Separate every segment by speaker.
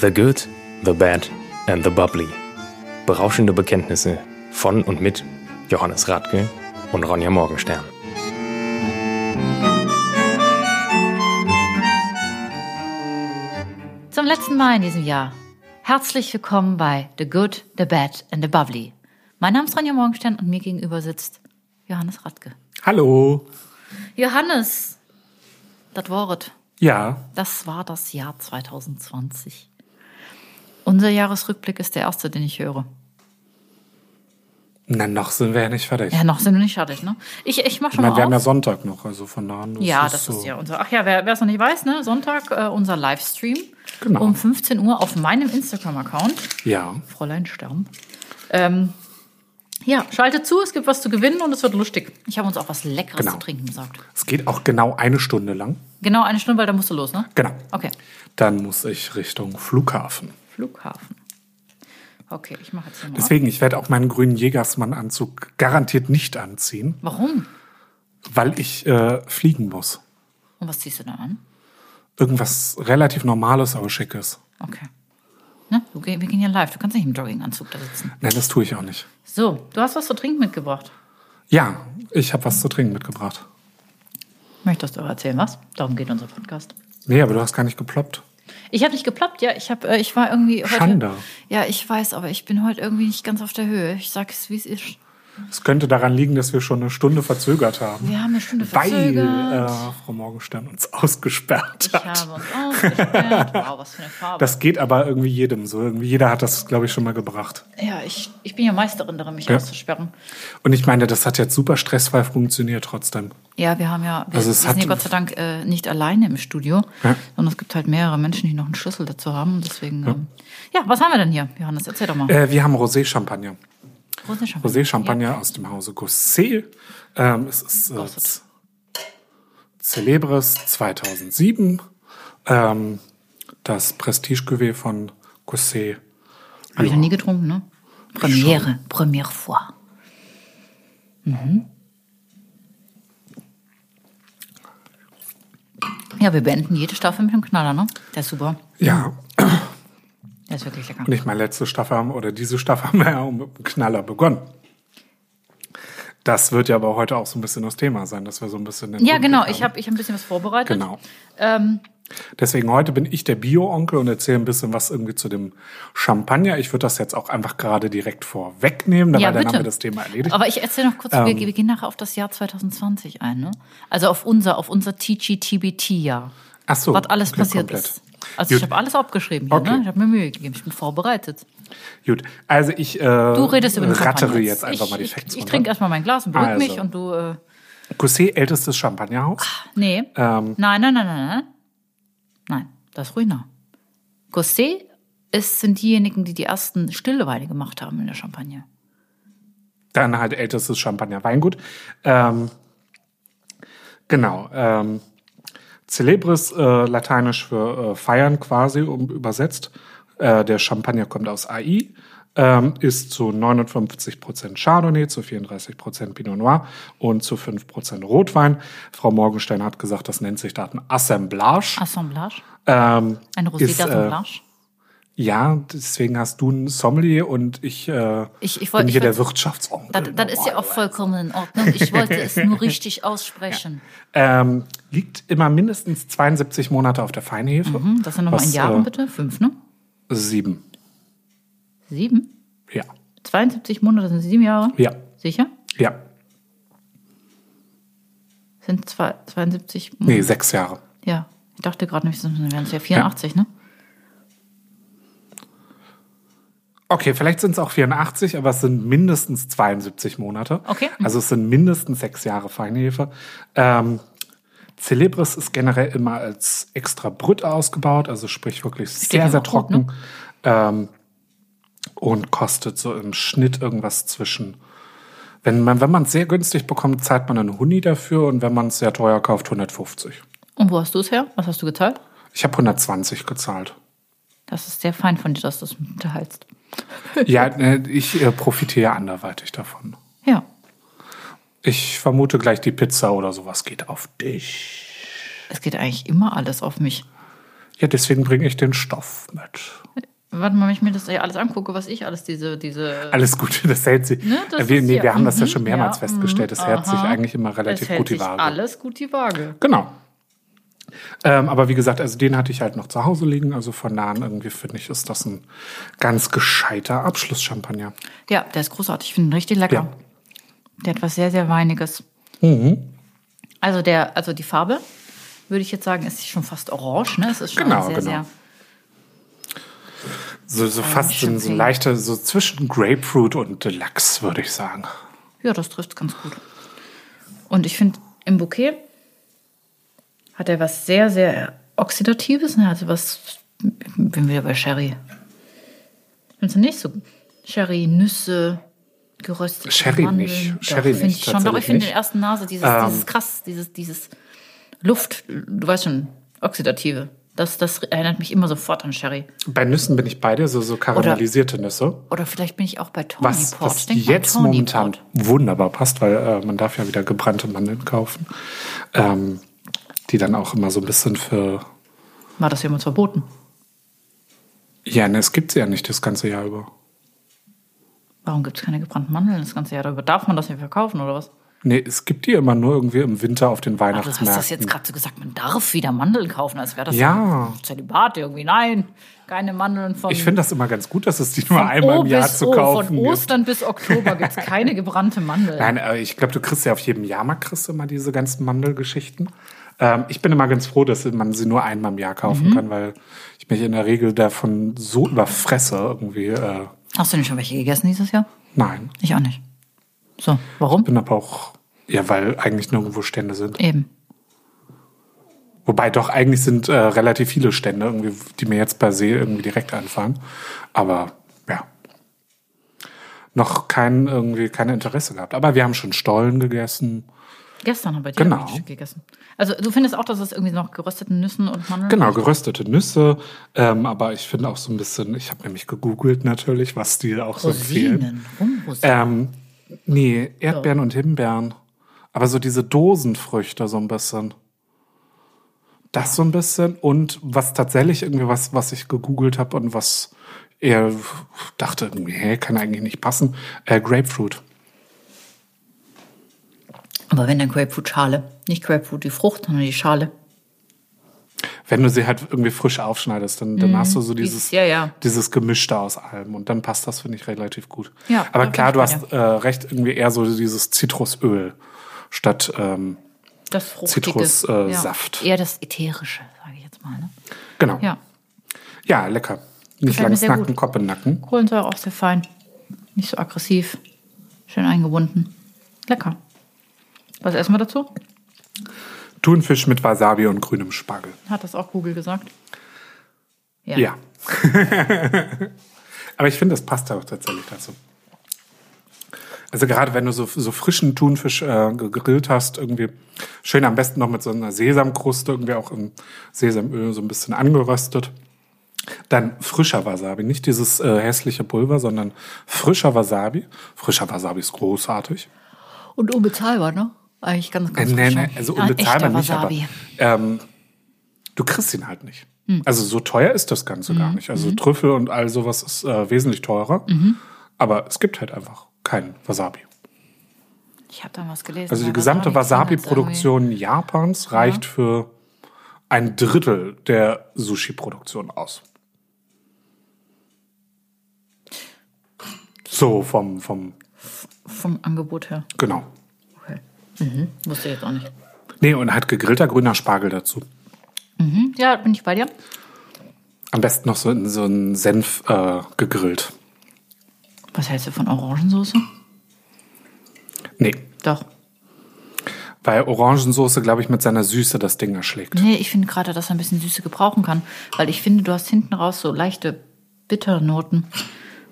Speaker 1: The Good, The Bad and The Bubbly. Berauschende Bekenntnisse von und mit Johannes Radke und Ronja Morgenstern.
Speaker 2: Zum letzten Mal in diesem Jahr. Herzlich willkommen bei The Good, The Bad and The Bubbly. Mein Name ist Ronja Morgenstern und mir gegenüber sitzt Johannes Radke.
Speaker 3: Hallo.
Speaker 2: Johannes, das Wort,
Speaker 3: Ja,
Speaker 2: das war das Jahr 2020. Unser Jahresrückblick ist der erste, den ich höre.
Speaker 3: na noch sind wir ja nicht fertig.
Speaker 2: Ja, noch sind wir nicht fertig, ne? Ich, ich mach
Speaker 3: ich
Speaker 2: schon
Speaker 3: meine, wir haben
Speaker 2: mal
Speaker 3: ja
Speaker 2: auf.
Speaker 3: Sonntag noch, also von da an.
Speaker 2: Ja, das ist ja unser. Ach ja, wer wer es noch nicht weiß, ne? Sonntag äh, unser Livestream
Speaker 3: Genau.
Speaker 2: um 15 Uhr auf meinem Instagram-Account.
Speaker 3: Ja,
Speaker 2: Fräulein Stern. Ähm, ja, schalte zu, es gibt was zu gewinnen und es wird lustig. Ich habe uns auch was Leckeres
Speaker 3: Genau.
Speaker 2: zu trinken gesagt.
Speaker 3: es geht auch genau eine Stunde lang.
Speaker 2: Genau eine Stunde, weil da musst du los, ne?
Speaker 3: Genau.
Speaker 2: Okay.
Speaker 3: Dann muss ich Richtung Flughafen.
Speaker 2: Flughafen. Okay, ich mache jetzt hier mal. auf.
Speaker 3: Deswegen, ich werde auch meinen grünen Jägersmann-Anzug garantiert nicht anziehen,
Speaker 2: Warum?
Speaker 3: weil ich äh, fliegen muss.
Speaker 2: Und was ziehst du da an?
Speaker 3: Irgendwas relativ Normales, aber Schickes.
Speaker 2: Okay. Ne? Du, geh- wir gehen ja live. Du kannst nicht im Jogginganzug da sitzen.
Speaker 3: Nein, das tue ich auch nicht.
Speaker 2: So, du hast was zu trinken mitgebracht.
Speaker 3: Ja, ich habe was zu trinken mitgebracht.
Speaker 2: Möchtest du auch erzählen, was? Darum geht unser Podcast.
Speaker 3: Nee, aber du hast gar nicht geploppt.
Speaker 2: Ich habe nicht geploppt, ja. Ich, hab, äh, ich war irgendwie. Heute,
Speaker 3: Schande.
Speaker 2: Ja, ich weiß, aber ich bin heute irgendwie nicht ganz auf der Höhe. Ich sage es, wie es ist.
Speaker 3: Es könnte daran liegen, dass wir schon eine Stunde verzögert haben.
Speaker 2: Wir haben eine Stunde
Speaker 3: weil äh,
Speaker 2: verzögert.
Speaker 3: Frau Morgenstern uns ausgesperrt
Speaker 2: ich
Speaker 3: hat.
Speaker 2: habe uns ausgesperrt. Wow, was für eine Farbe.
Speaker 3: Das geht aber irgendwie jedem so. Irgendwie jeder hat das, glaube ich, schon mal gebracht.
Speaker 2: ja, ich, ich bin ja Meisterin darin, mich
Speaker 3: Ja.
Speaker 2: auszusperren.
Speaker 3: Und ich meine, das hat jetzt super stressfrei funktioniert trotzdem.
Speaker 2: Ja, wir haben ja, wir,
Speaker 3: Also
Speaker 2: wir
Speaker 3: es hat-
Speaker 2: sind ja Gott sei Dank äh, nicht alleine im Studio,
Speaker 3: Ja.
Speaker 2: sondern es gibt halt mehrere Menschen, die noch einen Schlüssel dazu haben. Und Deswegen, ja. Ähm, ja, was haben wir denn hier, Johannes? Erzähl doch mal.
Speaker 3: Äh, wir haben Rosé-Champagner.
Speaker 2: Rosé-Champagner.
Speaker 3: Rosé-Champagner aus dem Hause Gossé. Ähm, es ist äh,
Speaker 2: Gosset.
Speaker 3: Z- Celebres 2007. Ähm, das Prestige-Cuvée von Gossé.
Speaker 2: Ja. Habe ich noch nie getrunken, ne? Premiere, Premiere fois. Mhm. Ja, wir beenden jede Staffel mit einem Knaller, ne? Der ist super.
Speaker 3: Ja,
Speaker 2: Der ist wirklich lecker.
Speaker 3: nicht meine letzte Staffel haben oder diese Staffel haben wir ja auch mit einem Knaller begonnen. Das wird ja aber heute auch so ein bisschen das Thema sein, dass wir so ein bisschen. den
Speaker 2: Ja,
Speaker 3: Rückblick
Speaker 2: genau.
Speaker 3: haben.
Speaker 2: Ich habe ich hab ein bisschen was vorbereitet.
Speaker 3: Genau.
Speaker 2: Ähm,
Speaker 3: Deswegen heute bin ich der Bio-Onkel und erzähle ein bisschen was irgendwie zu dem Champagner. Ich würde das jetzt auch einfach gerade direkt vorwegnehmen, dabei
Speaker 2: ja,
Speaker 3: dann
Speaker 2: bitte.
Speaker 3: haben wir das Thema erledigt. Ähm.
Speaker 2: Aber ich erzähle noch kurz, wir, wir gehen nachher auf das Jahr 2020 ein, ne? Also auf unser, auf unser TGTBT-Jahr.
Speaker 3: Ach so,
Speaker 2: Was alles
Speaker 3: okay,
Speaker 2: passiert
Speaker 3: komplett.
Speaker 2: ist. Also ich
Speaker 3: Gut.
Speaker 2: habe alles abgeschrieben hier,
Speaker 3: Okay.
Speaker 2: ne? Ich habe mir Mühe gegeben, ich bin vorbereitet.
Speaker 3: Gut, also ich äh,
Speaker 2: Du redest über den
Speaker 3: rattere
Speaker 2: Champagner
Speaker 3: jetzt einfach
Speaker 2: ich,
Speaker 3: mal die Facts
Speaker 2: Ich, ich
Speaker 3: runter.
Speaker 2: trinke erstmal mein Glas und beruhige
Speaker 3: Also.
Speaker 2: mich und du. Äh,
Speaker 3: Cousset, ältestes Champagnerhaus.
Speaker 2: nee.
Speaker 3: Ähm.
Speaker 2: Nein, nein, nein, nein, nein. Nein, das ist ruiner. Gosset ist, sind diejenigen, die die ersten Stilleweine gemacht haben in der Champagne.
Speaker 3: Dann halt ältestes Champagner-Weingut. Ähm, genau. Ähm, Celebris, äh, lateinisch für äh, feiern quasi um, übersetzt. Äh, der Champagner kommt aus AI, ähm, ist zu 59% Chardonnay, zu 34% Pinot Noir und zu 5% Rotwein. Frau Morgenstein hat gesagt, das nennt sich da ein Assemblage.
Speaker 2: Assemblage.
Speaker 3: Ähm,
Speaker 2: Ein Rosé
Speaker 3: ist, äh,
Speaker 2: d'Assemblage.
Speaker 3: ja, deswegen hast du ein Sommelier und ich, äh,
Speaker 2: Ich- ich wollt-
Speaker 3: bin
Speaker 2: ich
Speaker 3: hier der
Speaker 2: wollt- Das,
Speaker 3: Wirtschaftsonkel.
Speaker 2: das ist ja auch vollkommen in Ordnung. Ich wollte es nur richtig aussprechen.
Speaker 3: Ähm, liegt immer mindestens 72 Monate auf der Feinhefe.
Speaker 2: Hm, das sind nochmal
Speaker 3: Was,
Speaker 2: in Jahren,
Speaker 3: äh,
Speaker 2: bitte. Fünf, ne?
Speaker 3: Sieben.
Speaker 2: Sieben?
Speaker 3: Ja.
Speaker 2: 72 Monate sind sieben Jahre?
Speaker 3: Ja.
Speaker 2: Sicher?
Speaker 3: Ja.
Speaker 2: Sind zwei, 72 Monate?
Speaker 3: Nee, sechs Jahre.
Speaker 2: Ja. Ich dachte gerade nämlich, das wären es ja 84, ne?
Speaker 3: Okay, vielleicht sind es auch 84, aber es sind mindestens 72 Monate.
Speaker 2: Okay.
Speaker 3: Also es sind mindestens sechs Jahre Feinhefe. Ähm, Celebris ist generell immer als extra Brüt ausgebaut, also sprich wirklich
Speaker 2: ja
Speaker 3: sehr, sehr
Speaker 2: auch gut, ne?
Speaker 3: trocken. ähm, und kostet so im Schnitt irgendwas zwischen. Wenn man wenn man es sehr günstig bekommt, zahlt man einen Huni dafür und wenn man es sehr teuer kauft, 150.
Speaker 2: Und wo hast du es her? Was hast du gezahlt?
Speaker 3: Ich habe 120 gezahlt.
Speaker 2: Das ist sehr fein von dir, dass du es unterhältst.
Speaker 3: Ja, äh, ich äh, profitiere anderweitig davon.
Speaker 2: Ja.
Speaker 3: Ich vermute gleich die Pizza oder sowas geht auf dich.
Speaker 2: Es geht eigentlich immer alles auf mich.
Speaker 3: Ja, deswegen bringe ich den Stoff mit.
Speaker 2: Warte mal, wenn ich mir das ja alles angucke, was ich alles diese, diese.
Speaker 3: Alles gut, das hält sich.
Speaker 2: Ne, das
Speaker 3: wir,
Speaker 2: ist
Speaker 3: nee,
Speaker 2: ja-
Speaker 3: wir haben das ja
Speaker 2: mhm,
Speaker 3: schon mehrmals
Speaker 2: ja,
Speaker 3: festgestellt. Das
Speaker 2: mhm,
Speaker 3: hält sich
Speaker 2: aha.
Speaker 3: eigentlich immer
Speaker 2: es
Speaker 3: relativ
Speaker 2: hält
Speaker 3: gut die
Speaker 2: sich
Speaker 3: Waage.
Speaker 2: alles gut die Waage.
Speaker 3: Genau. Ähm, aber wie gesagt, also den hatte ich halt noch zu Hause liegen. Also von da an irgendwie finde ich, ist das ein ganz gescheiter Abschlusschampagner.
Speaker 2: Ja, der ist großartig. Ich finde ihn richtig lecker.
Speaker 3: Ja. Mhm.
Speaker 2: Der hat was sehr, sehr Weiniges. Also, der, also die Farbe, würde ich jetzt sagen, ist schon fast orange. Ne? Es ist schon
Speaker 3: Genau,
Speaker 2: sehr,
Speaker 3: genau.
Speaker 2: sehr.
Speaker 3: So, so fast so, so
Speaker 2: Champagne.
Speaker 3: leichter, so zwischen Grapefruit und Deluxe, würde ich sagen.
Speaker 2: Ja, das trifft ganz gut. Und ich finde, im Bouquet hat er was sehr, sehr Oxidatives. Ne? Also was, ich bin wieder bei Sherry. Findest du nicht so? Sherry, Nüsse, geröstete
Speaker 3: Sherry
Speaker 2: Mandeln.
Speaker 3: nicht.
Speaker 2: Doch,
Speaker 3: Sherry
Speaker 2: find
Speaker 3: nicht,
Speaker 2: Ich schon, doch,
Speaker 3: tatsächlich
Speaker 2: ich finde in
Speaker 3: nicht. Ähm.
Speaker 2: der ersten Nase dieses, dieses krass, dieses, dieses Luft, du weißt schon, Oxidative. Das, das erinnert mich immer sofort an Sherry.
Speaker 3: Bei Nüssen bin ich bei dir, so, so karamellisierte Nüsse.
Speaker 2: Oder vielleicht bin ich auch bei Tony
Speaker 3: Was,
Speaker 2: Port.
Speaker 3: was
Speaker 2: Denk mal an
Speaker 3: jetzt
Speaker 2: Tawny
Speaker 3: momentan
Speaker 2: Port.
Speaker 3: wunderbar passt, weil äh, man darf ja wieder gebrannte Mandeln kaufen, ähm, die dann auch immer so ein bisschen für...
Speaker 2: War das jemand verboten?
Speaker 3: Ja, ne, es gibt sie ja nicht das ganze Jahr über.
Speaker 2: Warum gibt es keine gebrannten Mandeln das ganze Jahr darüber? Darf man das nicht verkaufen oder was?
Speaker 3: Nee, es gibt die immer nur irgendwie im Winter auf den
Speaker 2: Ach, du hast
Speaker 3: Weihnachtsmärkten.
Speaker 2: das jetzt gerade so gesagt, man darf wieder Mandeln kaufen, als wäre das
Speaker 3: Ja.
Speaker 2: ein Zölibat irgendwie. Nein, keine Mandeln von.
Speaker 3: ich finde das immer ganz gut, dass es die nur
Speaker 2: von
Speaker 3: einmal
Speaker 2: O
Speaker 3: im Jahr
Speaker 2: bis
Speaker 3: zu
Speaker 2: O,
Speaker 3: kaufen
Speaker 2: Von
Speaker 3: gibt.
Speaker 2: Ostern bis Oktober gibt es keine gebrannte Mandel.
Speaker 3: Nein, äh, ich glaube, du kriegst ja auf jedem Jahrmarkt kriegst du immer diese ganzen Mandelgeschichten. Ähm, ich bin immer ganz froh, dass man sie nur einmal im Jahr
Speaker 2: Mhm.
Speaker 3: kaufen kann, weil ich mich in der Regel davon so überfresse irgendwie. Äh,
Speaker 2: Hast du denn schon welche gegessen dieses Jahr?
Speaker 3: nein.
Speaker 2: Ich auch nicht. So, warum?
Speaker 3: Bin aber auch, ja, weil eigentlich nirgendwo Stände sind.
Speaker 2: Eben.
Speaker 3: Wobei doch eigentlich sind äh, relativ viele Stände, irgendwie, die mir jetzt per se irgendwie direkt anfangen. Aber ja. Noch kein, irgendwie, kein Interesse gehabt. Aber wir haben schon Stollen gegessen.
Speaker 2: Gestern haben wir die
Speaker 3: Genau.
Speaker 2: hab ich gegessen. Also, du findest auch, dass es irgendwie noch gerösteten Nüssen und Mandeln.
Speaker 3: Genau, geröstete Nüsse. Ähm, aber ich finde auch so ein bisschen, ich habe nämlich gegoogelt natürlich, was die auch so empfehlen.
Speaker 2: Rosinen, Rumrosinen.
Speaker 3: Ähm, nee, Erdbeeren und Himbeeren. Aber so diese Dosenfrüchte so ein bisschen. Das so ein bisschen. Und was tatsächlich irgendwie was, was ich gegoogelt habe und was eher dachte, irgendwie, hä, kann eigentlich nicht passen. Äh, Grapefruit.
Speaker 2: Aber wenn dann Grapefruit-Schale. Nicht Grapefruit, die Frucht, sondern die Schale.
Speaker 3: Wenn du sie halt irgendwie frisch aufschneidest, dann, dann hast du so dieses,
Speaker 2: Dieses- Mhm. ja, ja.
Speaker 3: dieses Gemischte aus allem. Und dann passt das, finde ich, relativ gut.
Speaker 2: Ja,
Speaker 3: Aber
Speaker 2: da
Speaker 3: klar, du
Speaker 2: bin ich bei
Speaker 3: hast äh, recht, irgendwie eher so dieses Zitrusöl statt ähm,
Speaker 2: Das fruchtige.
Speaker 3: Zitrus, äh, Saft.
Speaker 2: Eher das ätherische, sage ich jetzt mal. Ne?
Speaker 3: genau.
Speaker 2: Ja,
Speaker 3: Ja, lecker. Nicht
Speaker 2: Gefällt mir
Speaker 3: langes
Speaker 2: sehr
Speaker 3: Nacken,
Speaker 2: gut.
Speaker 3: Kopf in Nacken.
Speaker 2: Kohlensäure auch sehr fein. Nicht so aggressiv. Schön eingebunden. Lecker. Was essen wir dazu?
Speaker 3: Thunfisch mit Wasabi und grünem Spargel.
Speaker 2: Hat das auch Google gesagt? Ja.
Speaker 3: Ja. Aber ich finde, das passt auch tatsächlich dazu. Also gerade wenn du so, so frischen Thunfisch äh, gegrillt hast, irgendwie schön am besten noch mit so einer Sesamkruste, irgendwie auch im Sesamöl so ein bisschen angeröstet. Dann frischer Wasabi, nicht dieses äh, hässliche Pulver, sondern frischer Wasabi. Frischer Wasabi ist großartig.
Speaker 2: Und unbezahlbar, ne? Eigentlich ganz, ganz
Speaker 3: Äh, nee,
Speaker 2: frisch. ne?
Speaker 3: nee, also
Speaker 2: Ein
Speaker 3: unbezahlbar
Speaker 2: Ah, echter
Speaker 3: nicht, aber
Speaker 2: Wasabi. Hm.
Speaker 3: ähm, du kriegst ihn halt nicht. Also so teuer ist das Ganze gar nicht. Also Trüffel und all sowas ist äh, wesentlich teurer.
Speaker 2: Mhm.
Speaker 3: Aber es gibt halt einfach keinen Wasabi.
Speaker 2: Ich habe da was gelesen. ne?
Speaker 3: Also die
Speaker 2: bei
Speaker 3: gesamte
Speaker 2: Wasabi drin ist
Speaker 3: Wasabi-Produktion Japans reicht für ein Drittel der Sushi-Produktion aus. So vom, vom,
Speaker 2: irgendwie Vom Angebot her.
Speaker 3: genau.
Speaker 2: Okay. Mhm. Wusste ich jetzt auch nicht.
Speaker 3: Nee, und halt gegrillter grüner Spargel dazu.
Speaker 2: Mhm. Ja, bin ich bei dir.
Speaker 3: Am besten noch so in so einen Senf äh, gegrillt.
Speaker 2: Was hältst du von Orangensauce?
Speaker 3: Nee,
Speaker 2: Doch.
Speaker 3: weil Orangensoße, glaube ich, mit seiner Süße das Ding erschlägt.
Speaker 2: Nee, ich finde gerade, dass er ein bisschen Süße gebrauchen kann, weil ich finde, du hast hinten raus so leichte Bitternoten.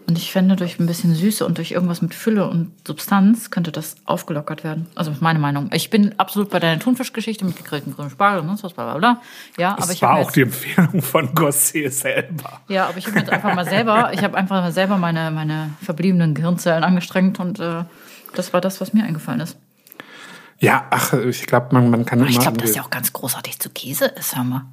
Speaker 2: Und ich finde, durch ein bisschen Süße und durch irgendwas mit Fülle und Substanz könnte das aufgelockert werden. Also ist meine Meinung. Ich bin absolut bei deiner Thunfischgeschichte mit gegrillten grünen Spargel und sonst was, bla bla bla. Ja, aber
Speaker 3: Das
Speaker 2: ich
Speaker 3: war
Speaker 2: habe
Speaker 3: auch die Empfehlung von Gosset selber.
Speaker 2: ja, aber ich habe jetzt einfach mal selber, ich habe einfach mal selber meine, meine verbliebenen Gehirnzellen angestrengt und äh, das war das, was mir eingefallen ist.
Speaker 3: Ja, ach, ich glaube, man, man kann
Speaker 2: Ich
Speaker 3: immer
Speaker 2: glaube, dass
Speaker 3: irgendwie-
Speaker 2: der auch ganz großartig zu Käse ist, hör mal.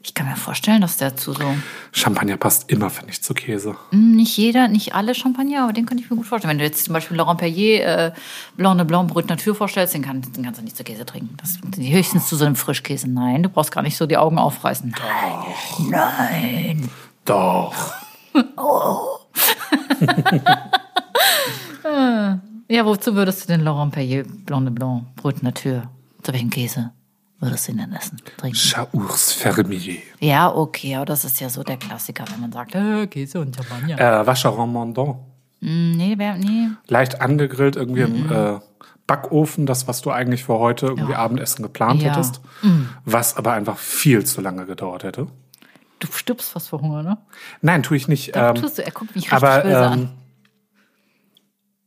Speaker 2: Ich kann mir vorstellen, dass der zu so.
Speaker 3: Champagner passt immer, finde ich, zu Käse.
Speaker 2: Hm, Nicht jeder, nicht alle Champagner, aber den könnte ich mir gut vorstellen. Wenn du jetzt zum Beispiel Laurent Perrier äh, Blanc de Blanc Brut Nature vorstellst, den, kann, den kannst du nicht zu Käse trinken. Das höchstens zu so einem Frischkäse. Nein, du brauchst gar nicht so die Augen aufreißen. Nein, nein.
Speaker 3: Doch.
Speaker 2: Ja, wozu würdest du den Laurent Perrier Blanc de Blanc Brut Nature, zu welchem Käse würdest du ihn denn essen, trinken?
Speaker 3: Chaours Fermier.
Speaker 2: Ja, okay, aber das ist ja so der Klassiker, wenn man sagt, äh, Käse und Champagner.
Speaker 3: Äh, Vacheron Mondon.
Speaker 2: Hm, nee, wer, nee.
Speaker 3: Leicht angegrillt, irgendwie
Speaker 2: Mhm.
Speaker 3: im äh, Backofen, das, was du eigentlich für heute irgendwie Abendessen geplant
Speaker 2: Ja. Mhm.
Speaker 3: hättest. Was aber einfach viel zu lange gedauert hätte.
Speaker 2: Du stirbst fast vor Hunger, ne?
Speaker 3: Nein, tue ich nicht.
Speaker 2: Doch,
Speaker 3: ähm,
Speaker 2: tust du, er guckt mich richtig
Speaker 3: aber
Speaker 2: böse
Speaker 3: ähm,
Speaker 2: an.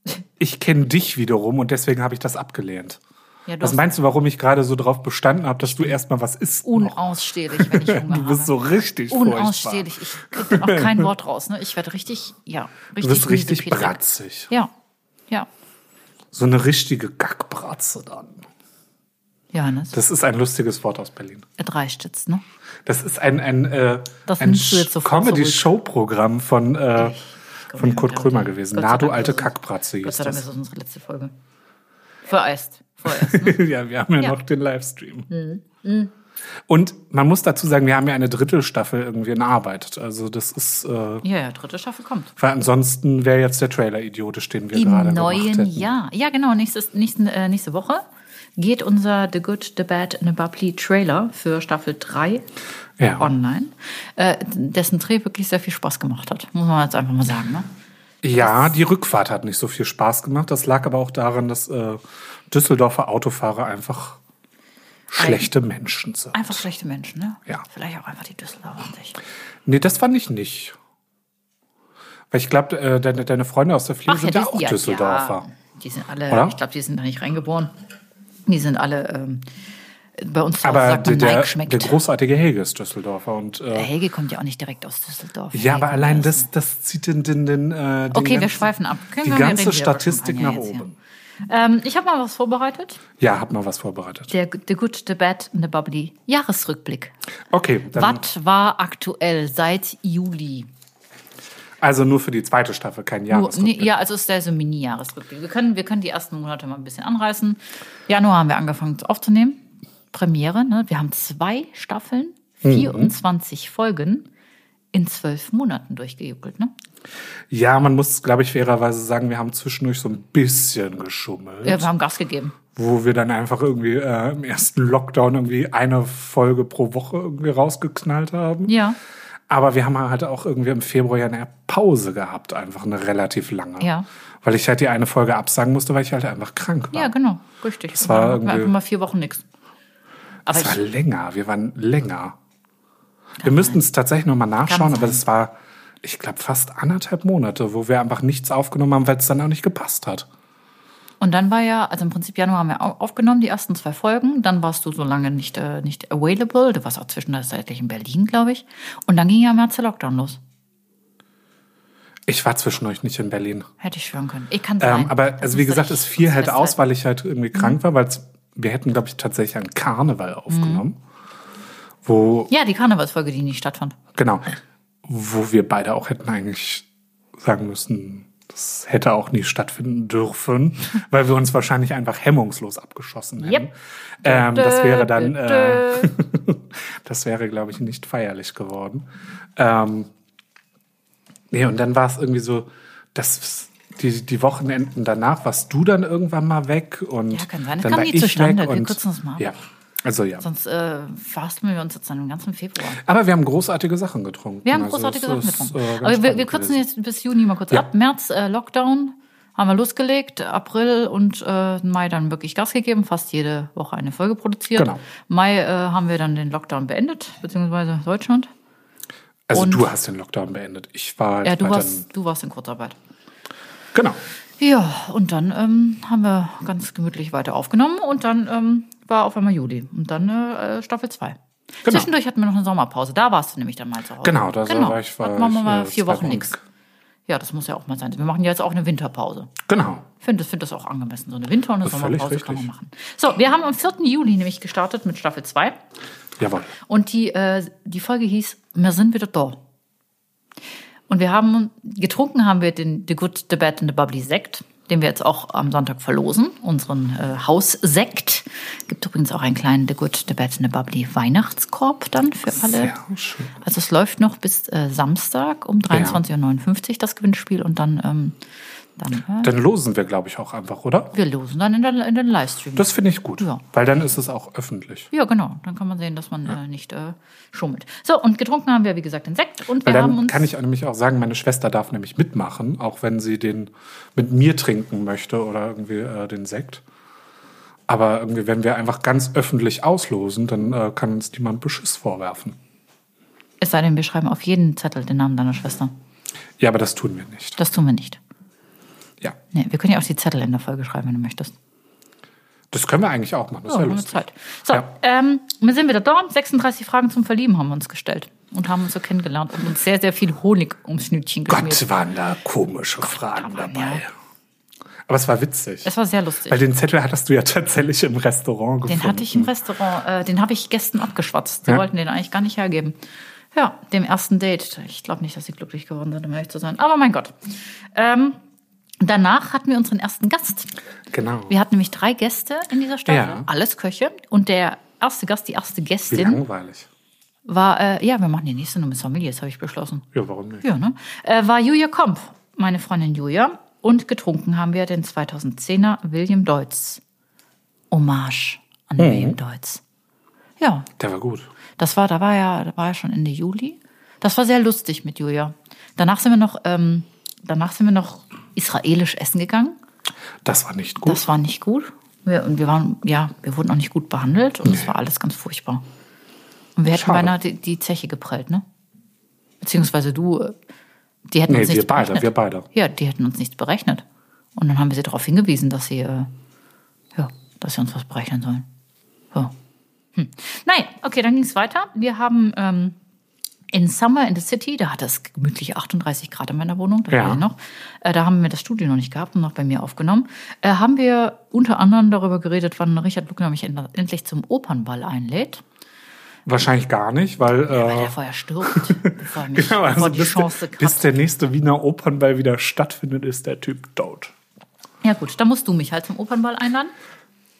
Speaker 3: ich kenne dich wiederum und deswegen habe ich das abgelehnt.
Speaker 2: Ja, du
Speaker 3: was
Speaker 2: hast-
Speaker 3: meinst du, warum ich gerade so drauf bestanden habe, dass du erstmal was isst? noch?
Speaker 2: Unausstehlich, wenn ich Hunger
Speaker 3: Du bist so
Speaker 2: habe.
Speaker 3: richtig furchtbar.
Speaker 2: Unausstehlich. Ich krieg dann auch kein Wort raus. Ne? Ich werde richtig, ja, richtig.
Speaker 3: Du bist richtig
Speaker 2: miesepeterig.
Speaker 3: bratzig.
Speaker 2: Ja, ja.
Speaker 3: So eine richtige Gackbratze dann.
Speaker 2: Johannes,
Speaker 3: Das ist ein lustiges Wort aus Berlin.
Speaker 2: er dreistitzt, ne?
Speaker 3: Das ist ein, ein, äh,
Speaker 2: Das
Speaker 3: ein
Speaker 2: nimmst du jetzt sofort
Speaker 3: Comedy-Show-Programm von, äh,
Speaker 2: komm
Speaker 3: von
Speaker 2: hier
Speaker 3: Kurt
Speaker 2: mit der-
Speaker 3: Krömer gewesen.
Speaker 2: Gott sei
Speaker 3: Na, du
Speaker 2: Dank
Speaker 3: alte
Speaker 2: ist es-
Speaker 3: Kackbratze
Speaker 2: Gott
Speaker 3: hieß
Speaker 2: sei Dank ist
Speaker 3: das.
Speaker 2: das unsere letzte Folge. Vorerst. Vorerst. Ne?
Speaker 3: ja, wir haben ja,
Speaker 2: Ja. Hm.
Speaker 3: noch den Livestream. Und man muss dazu sagen, wir haben ja eine Drittelstaffel irgendwie in Arbeit. Also das ist, äh,
Speaker 2: ja, ja, dritte Staffel kommt.
Speaker 3: weil ansonsten wäre jetzt der Trailer idiotisch, den wir gerade
Speaker 2: Im
Speaker 3: gemacht
Speaker 2: neuen
Speaker 3: hätten.
Speaker 2: Jahr. Ja, genau. Nächstes, nächsten, äh, nächste Woche geht unser The Good, The Bad and The Bubbly Trailer für Staffel 3
Speaker 3: Ja.
Speaker 2: online, äh, dessen Dreh wirklich sehr viel Spaß gemacht hat. Muss man jetzt einfach mal sagen. Ne?
Speaker 3: Ja, die Rückfahrt hat nicht so viel Spaß gemacht. Das lag aber auch daran, dass äh, Düsseldorfer Autofahrer einfach schlechte Menschen sind.
Speaker 2: Einfach schlechte Menschen, ne?
Speaker 3: Ja.
Speaker 2: Vielleicht auch einfach die Düsseldorfer an sich.
Speaker 3: Nee, das fand ich nicht. Weil ich glaube, äh, deine, deine Freunde aus der Fliege sind ja, auch
Speaker 2: die-
Speaker 3: Düsseldorfer.
Speaker 2: Ja, die sind alle,
Speaker 3: Oder?
Speaker 2: ich glaube, die sind da nicht reingeboren. Die sind alle ähm, bei uns zu Hause
Speaker 3: Aber
Speaker 2: sagt
Speaker 3: der,
Speaker 2: man
Speaker 3: der,
Speaker 2: Nike
Speaker 3: der
Speaker 2: schmeckt.
Speaker 3: großartige Helge ist Düsseldorfer. Und,
Speaker 2: Der
Speaker 3: äh,
Speaker 2: Helge kommt ja auch nicht direkt aus Düsseldorf.
Speaker 3: ja, aber
Speaker 2: Helge
Speaker 3: allein
Speaker 2: ist-
Speaker 3: das, das zieht den, den, den, äh, den
Speaker 2: Okay, wir
Speaker 3: ganzen-
Speaker 2: schweifen ab. Können
Speaker 3: die
Speaker 2: wir- wir reden
Speaker 3: ganze
Speaker 2: wieder über
Speaker 3: Statistik nach
Speaker 2: Champagner jetzt hier.
Speaker 3: oben.
Speaker 2: Ähm, ich habe mal was vorbereitet.
Speaker 3: Ja, hab mal was vorbereitet.
Speaker 2: Der The Good, The Bad and The Bubbly Jahresrückblick.
Speaker 3: Okay, dann,
Speaker 2: Was war aktuell seit Juli?
Speaker 3: also nur für die zweite Staffel, kein
Speaker 2: Nur-
Speaker 3: Jahresrückblick.
Speaker 2: Nee, ja, also es ist der so ein Mini-Jahresrückblick. Wir können, wir können die ersten Monate mal ein bisschen anreißen. Januar haben wir angefangen aufzunehmen. Premiere, ne? Wir haben zwei Staffeln,
Speaker 3: Mhm.
Speaker 2: 24 Folgen in zwölf Monaten durchgejuckelt, ne?
Speaker 3: Ja, man muss, glaube ich, fairerweise sagen, wir haben zwischendurch so ein bisschen geschummelt,
Speaker 2: Ja, wir haben Gas gegeben.
Speaker 3: wo wir dann einfach irgendwie äh, im ersten Lockdown irgendwie eine Folge pro Woche irgendwie rausgeknallt haben.
Speaker 2: Ja,
Speaker 3: Aber wir haben halt auch irgendwie im Februar ja eine Pause gehabt, einfach eine relativ lange.
Speaker 2: Ja.
Speaker 3: Weil ich halt die eine Folge absagen musste, weil ich halt einfach krank war.
Speaker 2: ja, genau, richtig. Das
Speaker 3: war
Speaker 2: wir
Speaker 3: irgendwie-
Speaker 2: einfach mal vier Wochen nichts. Aber
Speaker 3: Es war
Speaker 2: ich,
Speaker 3: länger, wir waren länger. Wir müssten es tatsächlich nochmal nachschauen,
Speaker 2: sein.
Speaker 3: aber es war, ich glaube, fast anderthalb Monate, wo wir einfach nichts aufgenommen haben, weil es dann auch nicht gepasst hat.
Speaker 2: und dann war ja, also im Prinzip Januar haben wir au- aufgenommen, die ersten zwei Folgen. Dann warst du so lange nicht, äh, nicht available. Du warst auch zwischenzeitlich in Berlin, glaube ich. Und dann ging ja im März der Lockdown los.
Speaker 3: Ich war zwischendurch nicht in Berlin.
Speaker 2: Hätte ich schwören können. Ich kann sein.
Speaker 3: Ähm, aber
Speaker 2: Das
Speaker 3: also wie
Speaker 2: musst du
Speaker 3: gesagt,
Speaker 2: nicht Mhm.
Speaker 3: es fiel halt aus,
Speaker 2: festhalten.
Speaker 3: weil ich halt irgendwie krank war, weil es- wir hätten, glaube ich, tatsächlich einen
Speaker 2: Mhm.
Speaker 3: Karneval aufgenommen, wo,
Speaker 2: Ja, die Karnevalsfolge, die nicht stattfand.
Speaker 3: genau, wo wir beide auch hätten eigentlich sagen müssen, das hätte auch nie stattfinden dürfen, weil wir uns wahrscheinlich einfach hemmungslos abgeschossen hätten.
Speaker 2: Yep.
Speaker 3: Ähm, das wäre dann,
Speaker 2: Dö,
Speaker 3: äh,
Speaker 2: dö.
Speaker 3: das wäre, glaube ich, nicht feierlich geworden. Ähm, nee, und dann war es irgendwie so, dass die, die Wochenenden danach warst du dann irgendwann mal weg und
Speaker 2: Ja, kann sein. Das
Speaker 3: dann
Speaker 2: kam
Speaker 3: war
Speaker 2: nie
Speaker 3: ich
Speaker 2: zustande.
Speaker 3: weg
Speaker 2: Wir
Speaker 3: und
Speaker 2: kürzen das mal ab.
Speaker 3: ja, also ja.
Speaker 2: Sonst äh, fasten wir uns jetzt dann im ganzen Februar.
Speaker 3: Aber wir haben großartige Sachen getrunken.
Speaker 2: Wir haben
Speaker 3: Also,
Speaker 2: großartige
Speaker 3: es
Speaker 2: Sachen
Speaker 3: ist,
Speaker 2: getrunken.
Speaker 3: äh, ganz
Speaker 2: Aber wir, wir
Speaker 3: spannend
Speaker 2: kürzen
Speaker 3: gewesen.
Speaker 2: jetzt bis Juni mal kurz
Speaker 3: Ja.
Speaker 2: ab. März äh, Lockdown haben wir losgelegt. April und äh, Mai dann wirklich Gas gegeben. Fast jede Woche eine Folge produziert.
Speaker 3: Genau.
Speaker 2: Mai äh, haben wir dann den Lockdown beendet, beziehungsweise Deutschland.
Speaker 3: Also
Speaker 2: und-
Speaker 3: du hast den Lockdown beendet. Ich war halt
Speaker 2: Ja, du
Speaker 3: weiter-
Speaker 2: warst, du warst in Kurzarbeit.
Speaker 3: Genau.
Speaker 2: Ja, und dann ähm, haben wir ganz gemütlich weiter aufgenommen und dann ähm, war auf einmal Juli und dann äh, Staffel 2.
Speaker 3: Genau.
Speaker 2: Zwischendurch hatten wir noch eine Sommerpause. Da warst du nämlich dann mal zu Hause.
Speaker 3: Genau, da war ich- war
Speaker 2: Hatten wir
Speaker 3: ich,
Speaker 2: mal
Speaker 3: äh,
Speaker 2: vier
Speaker 3: zwei
Speaker 2: Wochen
Speaker 3: Wochen
Speaker 2: nichts. Ja, das muss ja auch mal sein. Wir machen ja jetzt auch eine Winterpause.
Speaker 3: Genau.
Speaker 2: Ich finde find das auch angemessen. So eine Winter- und eine
Speaker 3: Völlig
Speaker 2: Sommerpause kann man
Speaker 3: richtig.
Speaker 2: machen. So, wir haben am 4. Juli nämlich gestartet mit Staffel 2.
Speaker 3: Jawohl.
Speaker 2: Und die, äh, die Folge hieß Wir sind wieder da. Und wir haben getrunken haben wir den The Good, The Bad and The Bubbly Sekt, den wir jetzt auch am Sonntag verlosen, unseren äh, Haussekt. Gibt übrigens auch einen kleinen The Good, The Bad and The Bubbly Weihnachtskorb dann für alle.
Speaker 3: Sehr schön.
Speaker 2: Also es läuft noch bis äh, Samstag um 23.59 Uhr das Gewinnspiel und dann, ähm, dann äh,
Speaker 3: Dann losen wir, glaube ich, auch einfach, oder?
Speaker 2: wir losen dann in den, in den Livestream.
Speaker 3: Das finde ich gut,
Speaker 2: Ja.
Speaker 3: weil dann ist es auch öffentlich.
Speaker 2: ja, genau. Dann kann man sehen, dass man äh, nicht äh, schummelt. So, und getrunken haben wir, wie gesagt, den Sekt und wir
Speaker 3: Weil
Speaker 2: haben
Speaker 3: dann
Speaker 2: uns.
Speaker 3: kann ich auch nämlich auch sagen, meine Schwester darf nämlich mitmachen, auch wenn sie den mit mir trinken möchte oder irgendwie äh, den Sekt. Aber irgendwie, wenn wir einfach ganz öffentlich auslosen, dann äh, kann uns niemand Beschiss vorwerfen.
Speaker 2: es sei denn, wir schreiben auf jeden Zettel den Namen deiner Schwester.
Speaker 3: Ja, aber das tun wir nicht.
Speaker 2: Das tun wir nicht.
Speaker 3: Ja,
Speaker 2: Nee, wir können ja auch die Zettel in der Folge schreiben, wenn du möchtest.
Speaker 3: das können wir eigentlich auch machen. Das
Speaker 2: So,
Speaker 3: wäre
Speaker 2: haben wir
Speaker 3: lustig.
Speaker 2: Zeit. So,
Speaker 3: Ja.
Speaker 2: ähm, wir sind wieder da. 36 Fragen zum Verlieben haben wir uns gestellt und haben uns so kennengelernt und uns sehr, sehr viel Honig ums Schnütchen geschmiert.
Speaker 3: Gott, waren da komische Fragen
Speaker 2: da waren
Speaker 3: dabei. Aber es war witzig.
Speaker 2: Es war sehr lustig.
Speaker 3: Weil den Zettel hattest du ja tatsächlich im Restaurant gefunden.
Speaker 2: Den hatte ich im Restaurant, äh, den habe ich gestern abgeschwatzt. Sie
Speaker 3: Ja.
Speaker 2: wollten den eigentlich gar nicht hergeben. Ja, dem ersten Date. Ich glaube nicht, dass sie glücklich geworden sind, um ehrlich zu sein. Aber mein Gott. Ähm, danach hatten wir unseren ersten Gast.
Speaker 3: Genau.
Speaker 2: Wir hatten nämlich drei Gäste in dieser Staffel.
Speaker 3: Ja.
Speaker 2: Alles Köche. Und der erste Gast, die erste
Speaker 3: Wie
Speaker 2: Gästin
Speaker 3: langweilig.
Speaker 2: war, äh, ja, wir machen die nächste nur mit Sommeliers, habe ich beschlossen.
Speaker 3: Ja, warum nicht?
Speaker 2: Ja, ne? Äh, war Julia Komp, meine Freundin Julia. Und getrunken haben wir den 2010er William Deutz. Hommage an
Speaker 3: Mhm.
Speaker 2: William Deutz. Ja,
Speaker 3: Der war gut.
Speaker 2: das war, da war ja, da war ja schon Ende Juli. Das war sehr lustig mit Julia. Danach sind wir noch, ähm, danach sind wir noch israelisch essen gegangen.
Speaker 3: Das war nicht gut.
Speaker 2: Das war nicht gut. Wir, und wir waren, ja, wir wurden auch nicht gut behandelt und es war alles ganz furchtbar. Und wir hätten
Speaker 3: Schade.
Speaker 2: beinahe die, die Zeche geprellt, ne? Beziehungsweise du, äh, die hätten
Speaker 3: Nee,
Speaker 2: uns
Speaker 3: wir
Speaker 2: nichts
Speaker 3: beide,
Speaker 2: berechnet.
Speaker 3: wir beide.
Speaker 2: Ja, die hätten uns nichts berechnet. Und dann haben wir sie darauf hingewiesen, dass sie, äh, ja, dass sie uns was berechnen sollen. Ja. Hm. Naja, okay, dann ging es weiter. Wir haben ähm, in Summer in the City, da hatte es gemütliche 38 Grad in meiner Wohnung, da
Speaker 3: Ja.
Speaker 2: war ich noch. Äh, da haben wir das Studio noch nicht gehabt und noch bei mir aufgenommen. Äh, haben wir unter anderem darüber geredet, wann Richard Luckner mich en- endlich zum Opernball einlädt.
Speaker 3: Wahrscheinlich gar nicht, weil.
Speaker 2: Weil
Speaker 3: Äh,
Speaker 2: der vorher stirbt, bevor, er mich,
Speaker 3: genau, also
Speaker 2: bevor die
Speaker 3: bis,
Speaker 2: Chance
Speaker 3: der,
Speaker 2: hat.
Speaker 3: bis der nächste Wiener Opernball wieder stattfindet, ist der Typ tot.
Speaker 2: Ja gut, dann musst du mich halt zum Opernball einladen.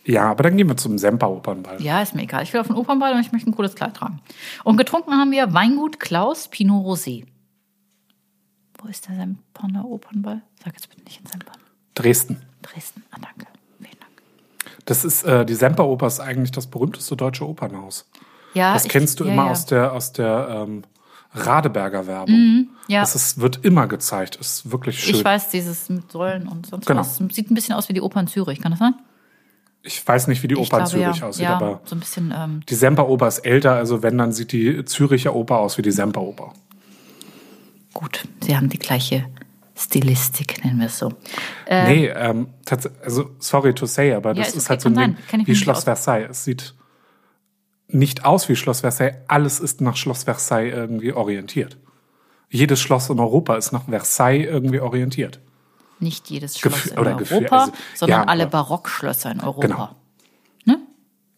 Speaker 3: Ja, aber dann gehen wir zum Semper-Opernball.
Speaker 2: Ja, ist mir egal. Ich will auf den Opernball und ich möchte ein cooles Kleid tragen. Und getrunken haben wir Weingut Klaus Pinot Rosé. Wo ist der Semperner Opernball? Sag jetzt bitte nicht in Sempern.
Speaker 3: Dresden.
Speaker 2: Dresden. Ah, danke. Vielen Dank.
Speaker 3: Das ist, äh, die Semperoper ist eigentlich das berühmteste deutsche Opernhaus.
Speaker 2: Ja,
Speaker 3: Das
Speaker 2: Ah, ich-
Speaker 3: kennst du
Speaker 2: ja,
Speaker 3: immer
Speaker 2: ja.
Speaker 3: aus der, aus der ähm, Radeberger Werbung.
Speaker 2: Mhm. ja.
Speaker 3: Das ist, wird immer gezeigt. Ist wirklich schön.
Speaker 2: Ich weiß, dieses mit Säulen und sonst
Speaker 3: Genau.
Speaker 2: was. Sieht ein bisschen aus wie die Oper in Zürich, kann das sein?
Speaker 3: Ich weiß nicht, wie die Oper in Zürich
Speaker 2: ja.
Speaker 3: aussieht,
Speaker 2: ja,
Speaker 3: aber
Speaker 2: so ein bisschen, ähm,
Speaker 3: die Semperoper ist älter. Also wenn, dann sieht die Züricher Oper aus wie die Semperoper.
Speaker 2: gut, sie haben die gleiche Stilistik, nennen wir es so. Äh.
Speaker 3: nee, ähm, tats- also sorry to say, aber das
Speaker 2: ist
Speaker 3: ist,
Speaker 2: okay,
Speaker 3: halt so ein
Speaker 2: kann
Speaker 3: Ding
Speaker 2: sein. Kenn ich
Speaker 3: wie
Speaker 2: mich nicht
Speaker 3: Schloss
Speaker 2: aus.
Speaker 3: Versailles. Es sieht nicht aus wie Schloss Versailles. Alles ist nach Schloss Versailles irgendwie orientiert. Jedes Schloss in Europa ist nach Versailles irgendwie orientiert.
Speaker 2: Nicht jedes Schloss
Speaker 3: Gefühl-
Speaker 2: in
Speaker 3: oder
Speaker 2: Europa,
Speaker 3: Gefühl, also,
Speaker 2: sondern
Speaker 3: ja,
Speaker 2: alle
Speaker 3: aber-
Speaker 2: Barockschlösser in Europa.
Speaker 3: Genau.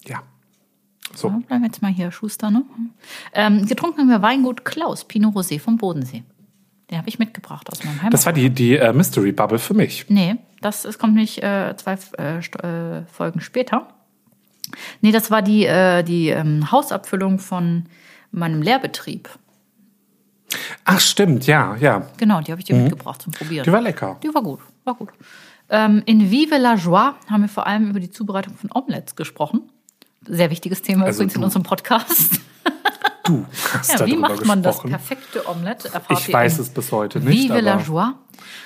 Speaker 3: Ja. So,
Speaker 2: Ja, Hm, bleiben wir jetzt mal hier, Schuster, ne? Ähm, getrunken haben wir Weingut Klaus Pinot Rosé vom Bodensee. Den habe ich mitgebracht aus meinem Heimat.
Speaker 3: das war die, die äh, Mystery Bubble für mich.
Speaker 2: nee, das ist, kommt nicht äh, zwei äh, St- äh, Folgen später. Nee, das war die, äh, die ähm, Hausabfüllung von meinem Lehrbetrieb.
Speaker 3: Ach stimmt, ja, ja.
Speaker 2: Genau, die habe ich dir mitgebracht zum Probieren.
Speaker 3: Mhm. Die war lecker.
Speaker 2: Die war gut, war gut. Ähm, in Vive la Joie haben wir vor allem über die Zubereitung von Omelettes gesprochen. Sehr wichtiges Thema
Speaker 3: Also
Speaker 2: übrigens in
Speaker 3: du.
Speaker 2: unserem Podcast.
Speaker 3: Du hast
Speaker 2: Ja, wie
Speaker 3: darüber
Speaker 2: macht man das
Speaker 3: gesprochen.
Speaker 2: perfekte Omelette? Erfahrt
Speaker 3: Ich
Speaker 2: ihr
Speaker 3: weiß
Speaker 2: in
Speaker 3: es bis heute nicht,
Speaker 2: Vive la
Speaker 3: aber-
Speaker 2: Joie.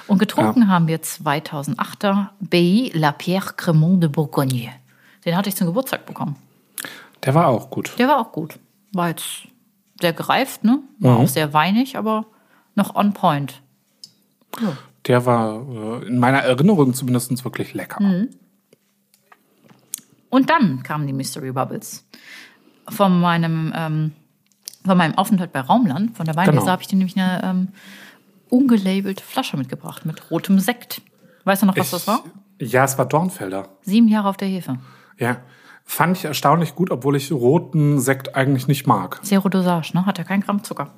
Speaker 2: Und getrunken haben wir 2008er Bailly La Pierre Cremont de Bourgogne. Den hatte ich zum Geburtstag bekommen.
Speaker 3: Der war auch gut.
Speaker 2: Der war auch gut. War jetzt sehr gereift, ne? War
Speaker 3: Mhm.
Speaker 2: auch sehr weinig, aber noch on point.
Speaker 3: Der war äh, in meiner Erinnerung zumindest wirklich lecker.
Speaker 2: Mhm. Und dann kamen die Mystery Bubbles. Von meinem, ähm, von meinem Aufenthalt bei Raumland, von der Weingläser,
Speaker 3: Genau.
Speaker 2: habe ich dir nämlich eine ähm, ungelabelte Flasche mitgebracht mit rotem Sekt. Weißt du noch, was das war?
Speaker 3: Ja, es war Dornfelder.
Speaker 2: Sieben Jahre auf der Hefe.
Speaker 3: Ja. Fand ich erstaunlich gut, obwohl ich roten Sekt eigentlich nicht mag.
Speaker 2: Zero Dosage, ne? Hat ja kein Gramm Zucker.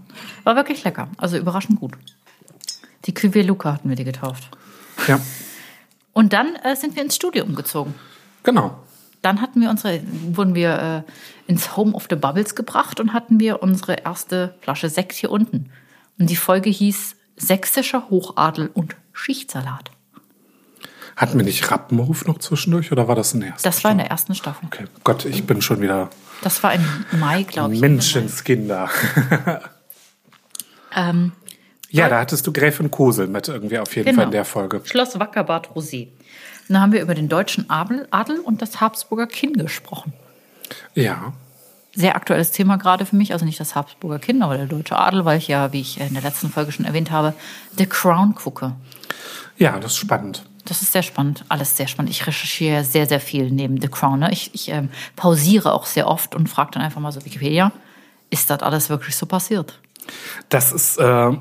Speaker 2: War wirklich lecker. Also überraschend gut. Die Cuvée Luca hatten wir die getauft.
Speaker 3: Ja,
Speaker 2: Und dann äh, sind wir ins Studio umgezogen.
Speaker 3: genau.
Speaker 2: Dann hatten wir unsere, wurden wir äh, ins Home of the Bubbles gebracht und hatten wir unsere erste Flasche Sekt hier unten. Und die Folge hieß Sächsischer Hochadel und Schichtsalat.
Speaker 3: Hatten wir nicht Rappenruf noch zwischendurch oder war das ein erster?
Speaker 2: Das war in der ersten Staffel.
Speaker 3: Okay. Gott, ich bin schon wieder
Speaker 2: Das war im Mai, glaube ich.
Speaker 3: Menschenskinder.
Speaker 2: Ähm,
Speaker 3: Ja, da hattest du Gräfin Kosel mit irgendwie auf jeden
Speaker 2: Genau.
Speaker 3: Fall in der Folge.
Speaker 2: Schloss Wackerbad Rosé. Und da haben wir über den deutschen Adel, Adel und das Habsburger Kinn gesprochen.
Speaker 3: Ja.
Speaker 2: Sehr aktuelles Thema gerade für mich, also nicht das Habsburger Kinn, aber der deutsche Adel, weil ich ja, wie ich in der letzten Folge schon erwähnt habe, The Crown gucke.
Speaker 3: Ja, das ist spannend.
Speaker 2: Das ist sehr spannend, alles sehr spannend. Ich recherchiere ja sehr, sehr viel neben The Crown. Ne? Ich, ich ähm, pausiere auch sehr oft und frage dann einfach mal so Wikipedia, ist das alles wirklich so passiert?
Speaker 3: Das ist, äh,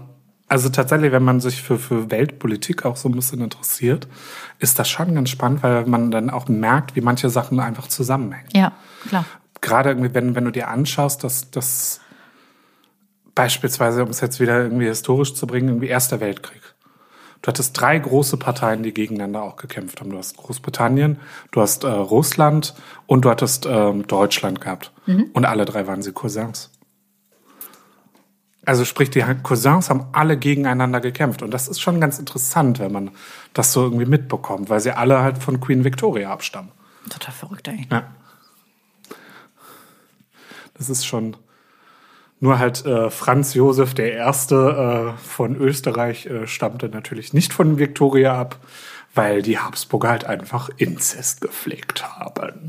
Speaker 3: also tatsächlich, wenn man sich für, für Weltpolitik auch so ein bisschen interessiert, ist das schon ganz spannend, weil man dann auch merkt, wie manche Sachen einfach zusammenhängen.
Speaker 2: Ja, klar.
Speaker 3: Gerade irgendwie, wenn, wenn du dir anschaust, dass das beispielsweise, um es jetzt wieder irgendwie historisch zu bringen, irgendwie Erster Weltkrieg. Du hattest drei große Parteien, die gegeneinander auch gekämpft haben. Du hast Großbritannien, du hast äh, Russland und du hattest ähm, Deutschland gehabt. Und alle drei waren sie Cousins. Also sprich, die Cousins haben alle gegeneinander gekämpft. Und das ist schon ganz interessant, wenn man das so irgendwie mitbekommt, weil sie alle halt von Queen Victoria abstammen.
Speaker 2: Total verrückt eigentlich.
Speaker 3: Ja. Das ist schon nur halt äh, Franz Josef der Erste äh, von Österreich äh, stammte natürlich nicht von Viktoria ab, weil die Habsburger halt einfach Inzest gepflegt haben.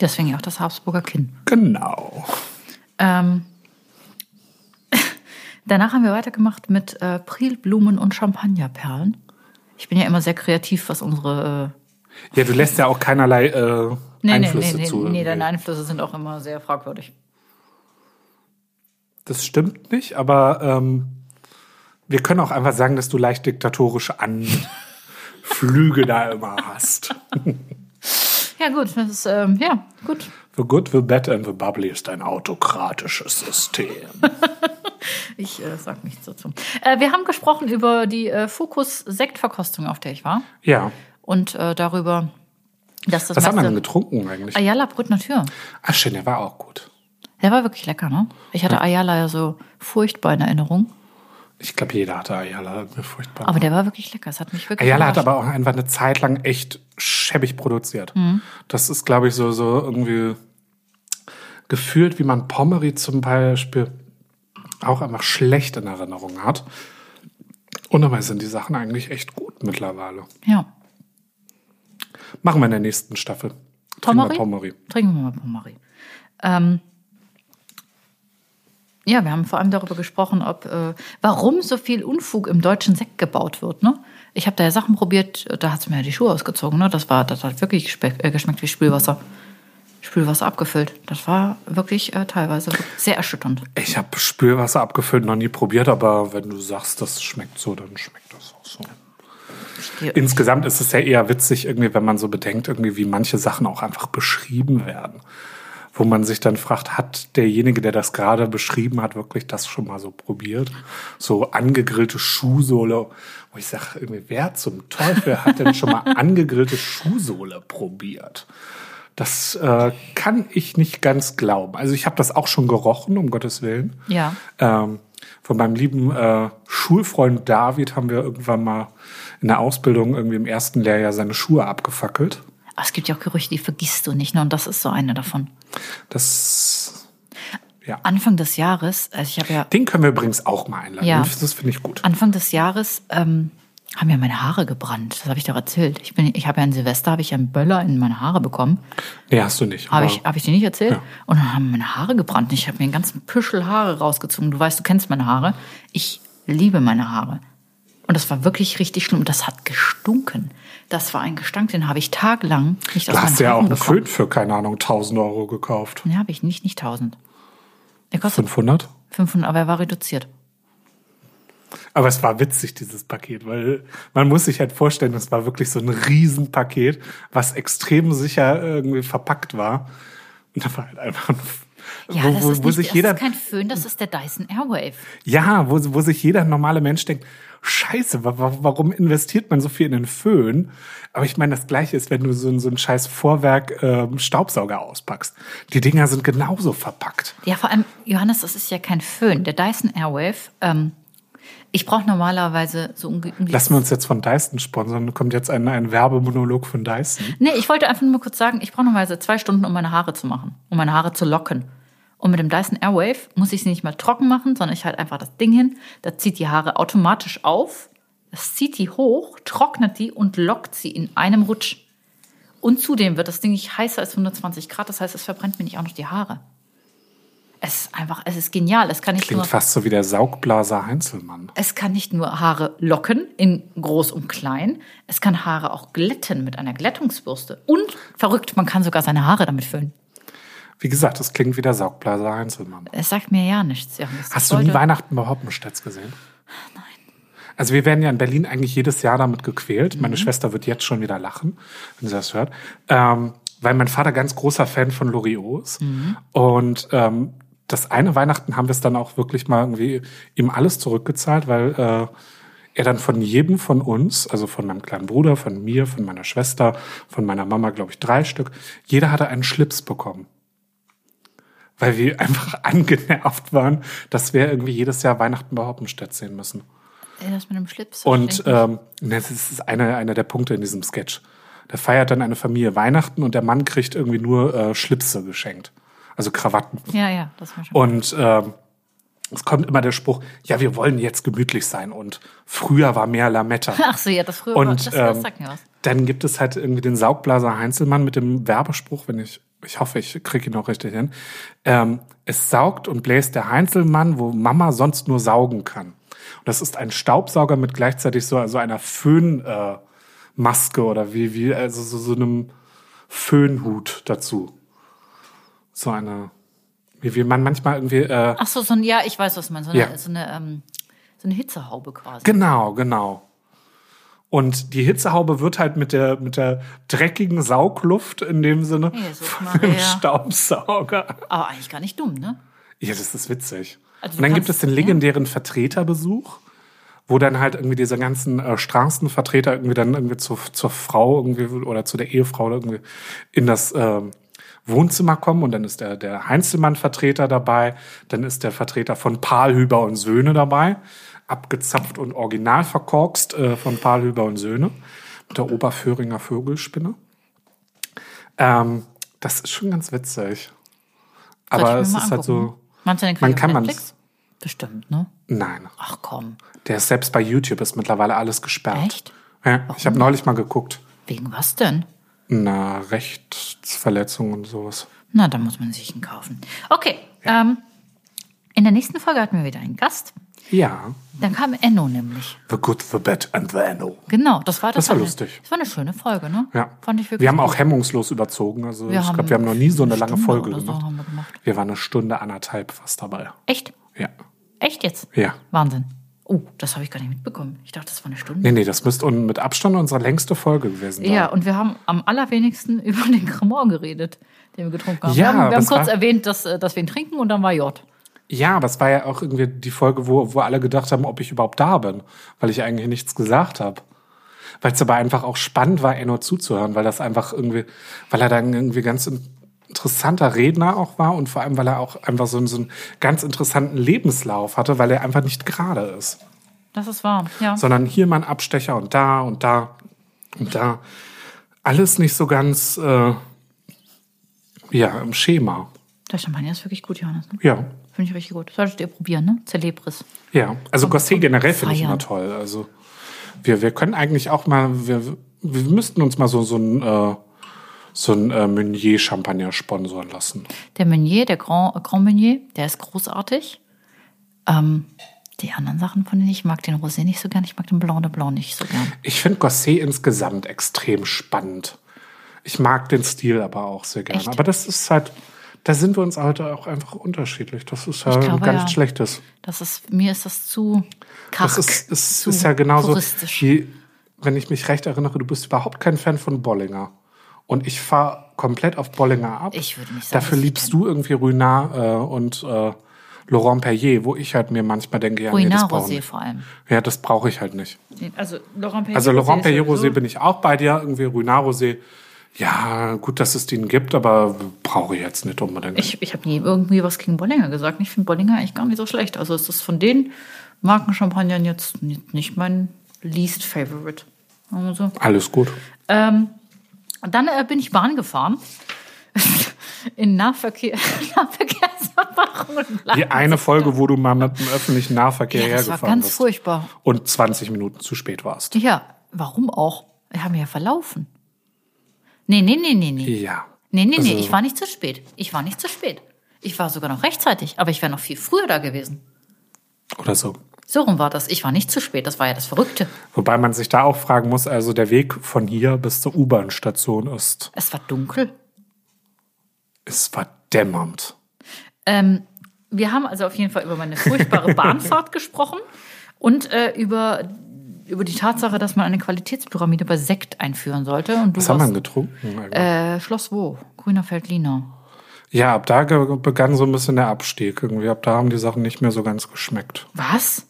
Speaker 2: Deswegen ja auch das Habsburger Kinn.
Speaker 3: Genau.
Speaker 2: Ähm, danach haben wir weitergemacht mit äh, Prilblumen und Champagnerperlen. Ich bin ja immer sehr kreativ, was unsere. Äh,
Speaker 3: Ja, du lässt ja auch keinerlei äh,
Speaker 2: nee, nee, nee,
Speaker 3: Einflüsse
Speaker 2: nee,
Speaker 3: zu.
Speaker 2: nee, deine
Speaker 3: irgendwie.
Speaker 2: Einflüsse sind auch immer sehr fragwürdig.
Speaker 3: das stimmt nicht, aber ähm, wir können auch einfach sagen, dass du leicht diktatorische Anflüge da immer hast.
Speaker 2: Ja, gut, das ist, ähm, ja, gut.
Speaker 3: The Good, The Bad and The Bubbly ist ein autokratisches System.
Speaker 2: Ich äh, sag nichts dazu. Äh, wir haben gesprochen über die äh, Fokus-Sektverkostung, auf der ich war.
Speaker 3: ja.
Speaker 2: Und äh, darüber, dass das
Speaker 3: Was haben wir denn
Speaker 2: meiste-
Speaker 3: getrunken eigentlich?
Speaker 2: Ayala Brot Natur.
Speaker 3: Ach, schön, der war auch gut.
Speaker 2: Der war wirklich lecker, ne? Ich hatte Ayala ja so furchtbar in Erinnerung.
Speaker 3: Ich glaube, jeder hatte Ayala irgendwie furchtbar.
Speaker 2: Aber der war wirklich lecker. Es hat mich wirklich
Speaker 3: Ayala hat
Speaker 2: überrascht.
Speaker 3: aber auch einfach eine Zeit lang echt schäbig produziert.
Speaker 2: Mhm.
Speaker 3: Das ist, glaube ich, so, so irgendwie gefühlt, wie man Pommery zum Beispiel auch einfach schlecht in Erinnerung hat. Und dabei sind die Sachen eigentlich echt gut mittlerweile.
Speaker 2: Ja.
Speaker 3: Machen wir in der nächsten Staffel. Trinken wir
Speaker 2: Pommery?
Speaker 3: Pommery.
Speaker 2: Trinken wir mal Pommery. Ähm, ja, wir haben vor allem darüber gesprochen, ob äh, warum so viel Unfug im deutschen Sekt gebaut wird. Ne? Ich habe da ja Sachen probiert, da hat es mir ja die Schuhe ausgezogen. Ne? Das, war, das hat wirklich gespe äh, geschmeckt wie Spülwasser. Spülwasser abgefüllt. Das war wirklich äh, teilweise sehr erschütternd.
Speaker 3: Ich habe Spülwasser abgefüllt, noch nie probiert, aber wenn du sagst, das schmeckt so, dann schmeckt das auch so. Insgesamt ist es ja eher witzig, irgendwie, wenn man so bedenkt, irgendwie, wie manche Sachen auch einfach beschrieben werden. Wo man sich dann fragt, hat derjenige, der das gerade beschrieben hat, wirklich das schon mal so probiert? So angegrillte Schuhsohle, wo ich sage, irgendwie, wer zum Teufel hat denn schon mal angegrillte Schuhsohle probiert? Das äh, kann ich nicht ganz glauben. Also ich habe das auch schon gerochen, um Gottes Willen.
Speaker 2: Ja.
Speaker 3: Ähm, von meinem lieben äh, Schulfreund David haben wir irgendwann mal in der Ausbildung irgendwie im ersten Lehrjahr seine Schuhe abgefackelt.
Speaker 2: Aber es gibt ja auch Gerüchte, die vergisst du nicht. Ne? Und das ist so eine davon.
Speaker 3: Das, ja.
Speaker 2: Anfang des Jahres, also ich habe ja
Speaker 3: Den können wir übrigens auch mal einladen.
Speaker 2: Ja.
Speaker 3: Das finde ich gut.
Speaker 2: Anfang des Jahres ähm, haben ja meine Haare gebrannt. Das habe ich doch erzählt. Ich, bin, ich habe ja an Silvester habe ich ja einen Böller in meine Haare bekommen.
Speaker 3: Nee, hast du nicht.
Speaker 2: Habe
Speaker 3: aber-
Speaker 2: ich, hab ich dir nicht erzählt?
Speaker 3: Ja.
Speaker 2: Und dann haben meine Haare gebrannt. Ich habe mir einen ganzen Püschel Haare rausgezogen. Du weißt, du kennst meine Haare. Ich liebe meine Haare. Und das war wirklich richtig schlimm. Und das hat gestunken. Das war ein Gestank, den habe ich tagelang nicht aus
Speaker 3: Du hast
Speaker 2: meinen
Speaker 3: ja auch
Speaker 2: Haaren
Speaker 3: einen
Speaker 2: bekommen.
Speaker 3: Föhn für, keine Ahnung, 1000 Euro gekauft.
Speaker 2: Den habe ich nicht, nicht 1000. Der kostet
Speaker 3: 500?
Speaker 2: 500, aber er war reduziert.
Speaker 3: Aber es war witzig, dieses Paket, weil man muss sich halt vorstellen, es war wirklich so ein Riesenpaket, was extrem sicher irgendwie verpackt war. Und da war halt einfach ein
Speaker 2: Ja,
Speaker 3: wo,
Speaker 2: das,
Speaker 3: wo,
Speaker 2: ist
Speaker 3: wo
Speaker 2: nicht,
Speaker 3: sich
Speaker 2: das
Speaker 3: jeder,
Speaker 2: ist kein Föhn, das ist der Dyson Airwave.
Speaker 3: ja, wo, wo sich jeder normale Mensch denkt, Scheiße, wa wa warum investiert man so viel in den Föhn? Aber ich meine, das Gleiche ist, wenn du so, ein- so ein scheiß Vorwerk ähm, Staubsauger auspackst. Die Dinger sind genauso verpackt.
Speaker 2: Ja, vor allem, Johannes, das ist ja kein Föhn. Der Dyson Airwave, ähm, ich brauche normalerweise so unge- unge-
Speaker 3: Lassen wir uns jetzt von Dyson sponsern. Da kommt jetzt ein, ein Werbemonolog von Dyson.
Speaker 2: Nee, ich wollte einfach nur kurz sagen, ich brauche normalerweise zwei Stunden, um meine Haare zu machen, um meine Haare zu locken. Und mit dem Dyson Airwave muss ich sie nicht mal trocken machen, sondern ich halte einfach das Ding hin, das zieht die Haare automatisch auf, das zieht die hoch, trocknet die und lockt sie in einem Rutsch. Und zudem wird das Ding nicht heißer als 120 Grad, das heißt, es verbrennt mir nicht auch noch die Haare. Es ist einfach, es ist genial. Es kann nicht
Speaker 3: Klingt
Speaker 2: nur
Speaker 3: fast so wie der Saugblaser Heinzelmann.
Speaker 2: es kann nicht nur Haare locken in groß und klein, es kann Haare auch glätten mit einer Glättungsbürste. Und verrückt, man kann sogar seine Haare damit füllen.
Speaker 3: Wie gesagt, das klingt wie der Saugblaser Heinzelmann.
Speaker 2: Es sagt mir ja nichts. Ja, das
Speaker 3: Hast du nie
Speaker 2: sollte-
Speaker 3: Weihnachten bei Hoppenstedts gesehen? Nein. Also wir werden ja in Berlin eigentlich jedes Jahr damit gequält. Meine Schwester wird jetzt schon wieder lachen, wenn sie das hört. Ähm, weil mein Vater ganz großer Fan von Loriot ist. Und ähm, das eine Weihnachten haben wir es dann auch wirklich mal irgendwie ihm alles zurückgezahlt, weil äh, er dann von jedem von uns, also von meinem kleinen Bruder, von mir, von meiner Schwester, von meiner Mama, glaube ich, drei Stück, jeder hatte einen Schlips bekommen weil wir einfach angenervt waren, dass wir irgendwie jedes Jahr Weihnachten bei Hoppenstedt sehen müssen.
Speaker 2: Ja, Das mit dem Schlips.
Speaker 3: Und
Speaker 2: verstehe ich
Speaker 3: ähm, das ist einer einer der Punkte in diesem Sketch. Da feiert dann eine Familie Weihnachten und der Mann kriegt irgendwie nur äh, Schlipse geschenkt, also Krawatten.
Speaker 2: nicht. ja, ja, das war schon.
Speaker 3: Und ähm, es kommt immer der Spruch, ja, wir wollen jetzt gemütlich sein und früher war mehr Lametta.
Speaker 2: Ach so, ja, das früher war,
Speaker 3: Und
Speaker 2: das, das
Speaker 3: ähm,
Speaker 2: sagt mir was.
Speaker 3: dann gibt es halt irgendwie den Saugblaser Heinzelmann mit dem Werbespruch, wenn ich, ich hoffe, ich kriege ihn auch richtig hin. Ähm, es saugt und bläst der Heinzelmann, wo Mama sonst nur saugen kann. Und das ist ein Staubsauger mit gleichzeitig so also einer Föhnmaske äh, Maske oder wie, wie, also so, so einem Föhnhut dazu. So eine, wie, wie man manchmal irgendwie äh,
Speaker 2: Ach so, so ein, ja, ich weiß, was man, so eine,
Speaker 3: Ja.
Speaker 2: so eine, ähm, so eine Hitzehaube quasi.
Speaker 3: Genau, genau. Und die Hitzehaube wird halt mit der, mit der dreckigen Saugluft in dem Sinne
Speaker 2: Jesus
Speaker 3: von dem
Speaker 2: Maria.
Speaker 3: Staubsauger.
Speaker 2: Aber eigentlich gar nicht dumm, ne?
Speaker 3: Ja, das ist witzig.
Speaker 2: Also du
Speaker 3: Und dann
Speaker 2: kannst-
Speaker 3: gibt es den legendären Vertreterbesuch, wo dann halt irgendwie diese ganzen äh, Straßenvertreter irgendwie dann irgendwie zur, zur Frau irgendwie oder zu der Ehefrau oder irgendwie in das ähm, Wohnzimmer kommen und dann ist der, der Heinzelmann-Vertreter dabei, dann ist der Vertreter von Palhüber und Söhne dabei, abgezapft und original verkorkst äh, von Palhüber und Söhne mit der Oberföhringer Vögelspinne. Ähm, das ist schon ganz witzig.
Speaker 2: Sollte
Speaker 3: Aber
Speaker 2: ich
Speaker 3: es
Speaker 2: mir mal
Speaker 3: ist halt so,
Speaker 2: angucken. Meinst du den
Speaker 3: man
Speaker 2: kriegt
Speaker 3: kann
Speaker 2: auf
Speaker 3: man
Speaker 2: Netflix? Bestimmt, ne?
Speaker 3: Nein.
Speaker 2: Ach komm,
Speaker 3: Der ist selbst bei YouTube ist mittlerweile alles gesperrt.
Speaker 2: Echt?
Speaker 3: Ja, ich habe neulich mal geguckt.
Speaker 2: wegen was denn?
Speaker 3: Na, Rechtsverletzung und sowas.
Speaker 2: Na, dann muss man sich ihn kaufen. Okay, ähm, in der nächsten Folge hatten wir wieder einen Gast.
Speaker 3: Ja.
Speaker 2: Dann kam Enno nämlich.
Speaker 3: The Good, the Bad and the Anno.
Speaker 2: Genau, das war das.
Speaker 3: Das war
Speaker 2: eine,
Speaker 3: lustig.
Speaker 2: Das war eine schöne Folge, ne?
Speaker 3: Ja.
Speaker 2: Fand ich wirklich.
Speaker 3: wir haben
Speaker 2: gut.
Speaker 3: auch hemmungslos überzogen. Also
Speaker 2: Wir
Speaker 3: ich
Speaker 2: haben
Speaker 3: glaube, wir haben noch nie so eine lange
Speaker 2: Stunde
Speaker 3: Folge
Speaker 2: oder so
Speaker 3: gemacht.
Speaker 2: haben wir gemacht.
Speaker 3: Wir waren eine Stunde anderthalb fast dabei.
Speaker 2: Echt?
Speaker 3: Ja.
Speaker 2: Echt jetzt?
Speaker 3: Ja.
Speaker 2: Wahnsinn. Oh, das habe ich gar nicht mitbekommen. Ich dachte, das war eine Stunde.
Speaker 3: Nee, nee, das müsste un- mit Abstand unsere längste Folge gewesen sein.
Speaker 2: ja, und wir haben am allerwenigsten über den Cremant geredet, den wir getrunken haben.
Speaker 3: Ja,
Speaker 2: wir haben, wir haben
Speaker 3: das
Speaker 2: kurz
Speaker 3: war-
Speaker 2: erwähnt, dass, äh, dass wir ihn trinken und dann war J.
Speaker 3: Ja, aber es war ja auch irgendwie die Folge, wo, wo alle gedacht haben, ob ich überhaupt da bin, weil ich eigentlich nichts gesagt habe. Weil es aber einfach auch spannend war, Enno zuzuhören, weil das einfach irgendwie, weil er dann irgendwie ganz in- interessanter Redner auch war und vor allem, weil er auch einfach so, einen- so einen ganz interessanten Lebenslauf hatte, weil er einfach nicht gerade ist.
Speaker 2: Das ist wahr. Ja.
Speaker 3: Sondern hier mal ein Abstecher und da und da und da. Alles nicht so ganz, äh, ja, im Schema.
Speaker 2: Der Champagner ist wirklich gut, Johannes. Ne?
Speaker 3: Ja,
Speaker 2: Finde ich richtig gut. Solltet ihr probieren, ne? Celebris.
Speaker 3: Ja, also Gosset generell finde ich
Speaker 2: feiern.
Speaker 3: immer toll. Also wir, wir können eigentlich auch mal, wir, wir müssten uns mal so, so ein, äh, so ein äh, Meunier-Champagner sponsoren lassen.
Speaker 2: Der Meunier, der Grand, äh, Grand Meunier, der ist großartig. Ähm, die anderen Sachen von denen, ich mag den Rosé nicht so gern, ich mag den Blanc de Blanc nicht so gern.
Speaker 3: Ich finde Gosset insgesamt extrem spannend. Ich mag den Stil aber auch sehr gerne.
Speaker 2: Echt?
Speaker 3: Aber das ist halt, Da sind wir uns heute auch einfach unterschiedlich. Das ist ja
Speaker 2: Ich glaube,
Speaker 3: gar nichts
Speaker 2: ja.
Speaker 3: Schlechtes.
Speaker 2: Das ist, mir ist das zu karg.
Speaker 3: Das ist, ist,
Speaker 2: zu
Speaker 3: ist ja genauso,
Speaker 2: puristisch.
Speaker 3: wie, wenn ich mich recht erinnere, du bist überhaupt kein Fan von Bollinger. Und ich fahre komplett auf Bollinger ab.
Speaker 2: Ich würde nicht sagen,
Speaker 3: Dafür
Speaker 2: dass ich
Speaker 3: liebst
Speaker 2: kein-
Speaker 3: du irgendwie Ruinard äh, und äh, Laurent Perrier, wo ich halt mir manchmal denke, ja, nee, das brauche
Speaker 2: Ruinarosé
Speaker 3: ich nicht.
Speaker 2: vor allem.
Speaker 3: Ja, das brauche ich halt nicht.
Speaker 2: Also Laurent Perrier.
Speaker 3: Also Laurent Perrier Rosé
Speaker 2: sowieso-
Speaker 3: bin ich auch bei dir, irgendwie Ruinard Rosé. Ja, gut, dass es den gibt, aber brauche ich jetzt nicht unbedingt.
Speaker 2: Ich, ich habe nie irgendwie was gegen Bollinger gesagt. Ich finde Bollinger eigentlich gar nicht so schlecht. Also ist das von den Marken Champagnern jetzt ni- nicht mein least favorite. Also,
Speaker 3: Alles gut.
Speaker 2: ähm, dann äh, bin ich Bahn gefahren. In Nahverkehr, Nahverkehrsüberwachung und Plan.
Speaker 3: Die eine Folge, wo du mal mit dem öffentlichen Nahverkehr
Speaker 2: Ja, das war
Speaker 3: hergefahren
Speaker 2: ganz
Speaker 3: bist
Speaker 2: furchtbar.
Speaker 3: und 20 Minuten zu spät warst.
Speaker 2: Ja, warum auch? Wir haben ja verlaufen. Nee, nee, nee, nee, nee.
Speaker 3: Ja.
Speaker 2: Nee, nee, nee,
Speaker 3: Also-
Speaker 2: ich war nicht zu spät. Ich war nicht zu spät. Ich war sogar noch rechtzeitig, aber ich wäre noch viel früher da gewesen.
Speaker 3: Oder so.
Speaker 2: So rum war das. Ich war nicht zu spät. Das war ja das Verrückte.
Speaker 3: Wobei man sich da auch fragen muss, also der Weg von hier bis zur U-Bahn-Station ist,
Speaker 2: Es war dunkel.
Speaker 3: es war dämmernd.
Speaker 2: Ähm, wir haben also auf jeden Fall über meine furchtbare Bahnfahrt gesprochen und äh, über, über die Tatsache, dass man eine Qualitätspyramide bei Sekt einführen sollte. Und du
Speaker 3: Was haben wir denn
Speaker 2: warst,
Speaker 3: getrunken? eigentlich?
Speaker 2: äh, Schloss wo? Grüner Feldliner.
Speaker 3: ja, ab da ge- begann so ein bisschen der Abstieg. Irgendwie ab da haben die Sachen nicht mehr so ganz geschmeckt.
Speaker 2: Was?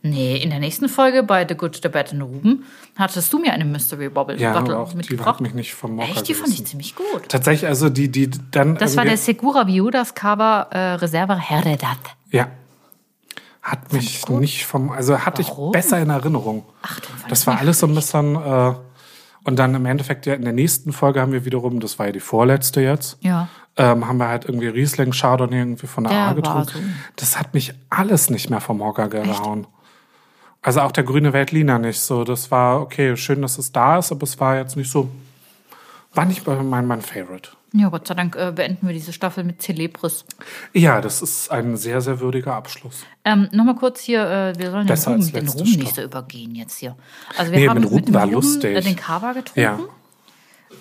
Speaker 2: Nee, in der nächsten Folge bei The Good, The Bad and the Ruben hattest du mir eine Mystery Bobble
Speaker 3: Ja,
Speaker 2: Bottle
Speaker 3: aber auch die
Speaker 2: mitgebracht.
Speaker 3: hat mich nicht vom Mocker
Speaker 2: Echt, die fand ich
Speaker 3: gerissen.
Speaker 2: ziemlich gut.
Speaker 3: Tatsächlich, also die, die dann.
Speaker 2: Das war der
Speaker 3: irgendwie-
Speaker 2: Segura Viudas Cava äh, Reserva Heredad.
Speaker 3: Ja. Hat mich nicht vom. Also hatte
Speaker 2: Warum?
Speaker 3: ich besser in Erinnerung.
Speaker 2: Ach, du fandest
Speaker 3: Das war alles so ein bisschen. Äh, und dann im Endeffekt, ja, in der nächsten Folge haben wir wiederum, das war ja die vorletzte jetzt.
Speaker 2: Ja.
Speaker 3: ähm, haben wir halt irgendwie Riesling, Chardonnay irgendwie von der,
Speaker 2: Der
Speaker 3: A
Speaker 2: war
Speaker 3: getrunken.
Speaker 2: so.
Speaker 3: Das hat mich alles nicht mehr vom Hocker gehauen. Also auch der grüne Weltliner nicht so. Das war okay, schön, dass es da ist, aber es war jetzt nicht so. War nicht mein, mein Favorite.
Speaker 2: Ja, Gott sei Dank äh, beenden wir diese Staffel mit Celebris.
Speaker 3: Ja, das ist ein sehr, sehr würdiger Abschluss.
Speaker 2: Ähm, Nochmal kurz hier, äh, wir sollen den
Speaker 3: Besser
Speaker 2: Ruhm,
Speaker 3: als
Speaker 2: den
Speaker 3: letzte
Speaker 2: Ruhm
Speaker 3: Staffel.
Speaker 2: nicht so übergehen jetzt hier. Also wir
Speaker 3: Nee,
Speaker 2: haben
Speaker 3: mit Ruben
Speaker 2: dem
Speaker 3: war lustig.
Speaker 2: Äh, den Kava getrunken
Speaker 3: Ja.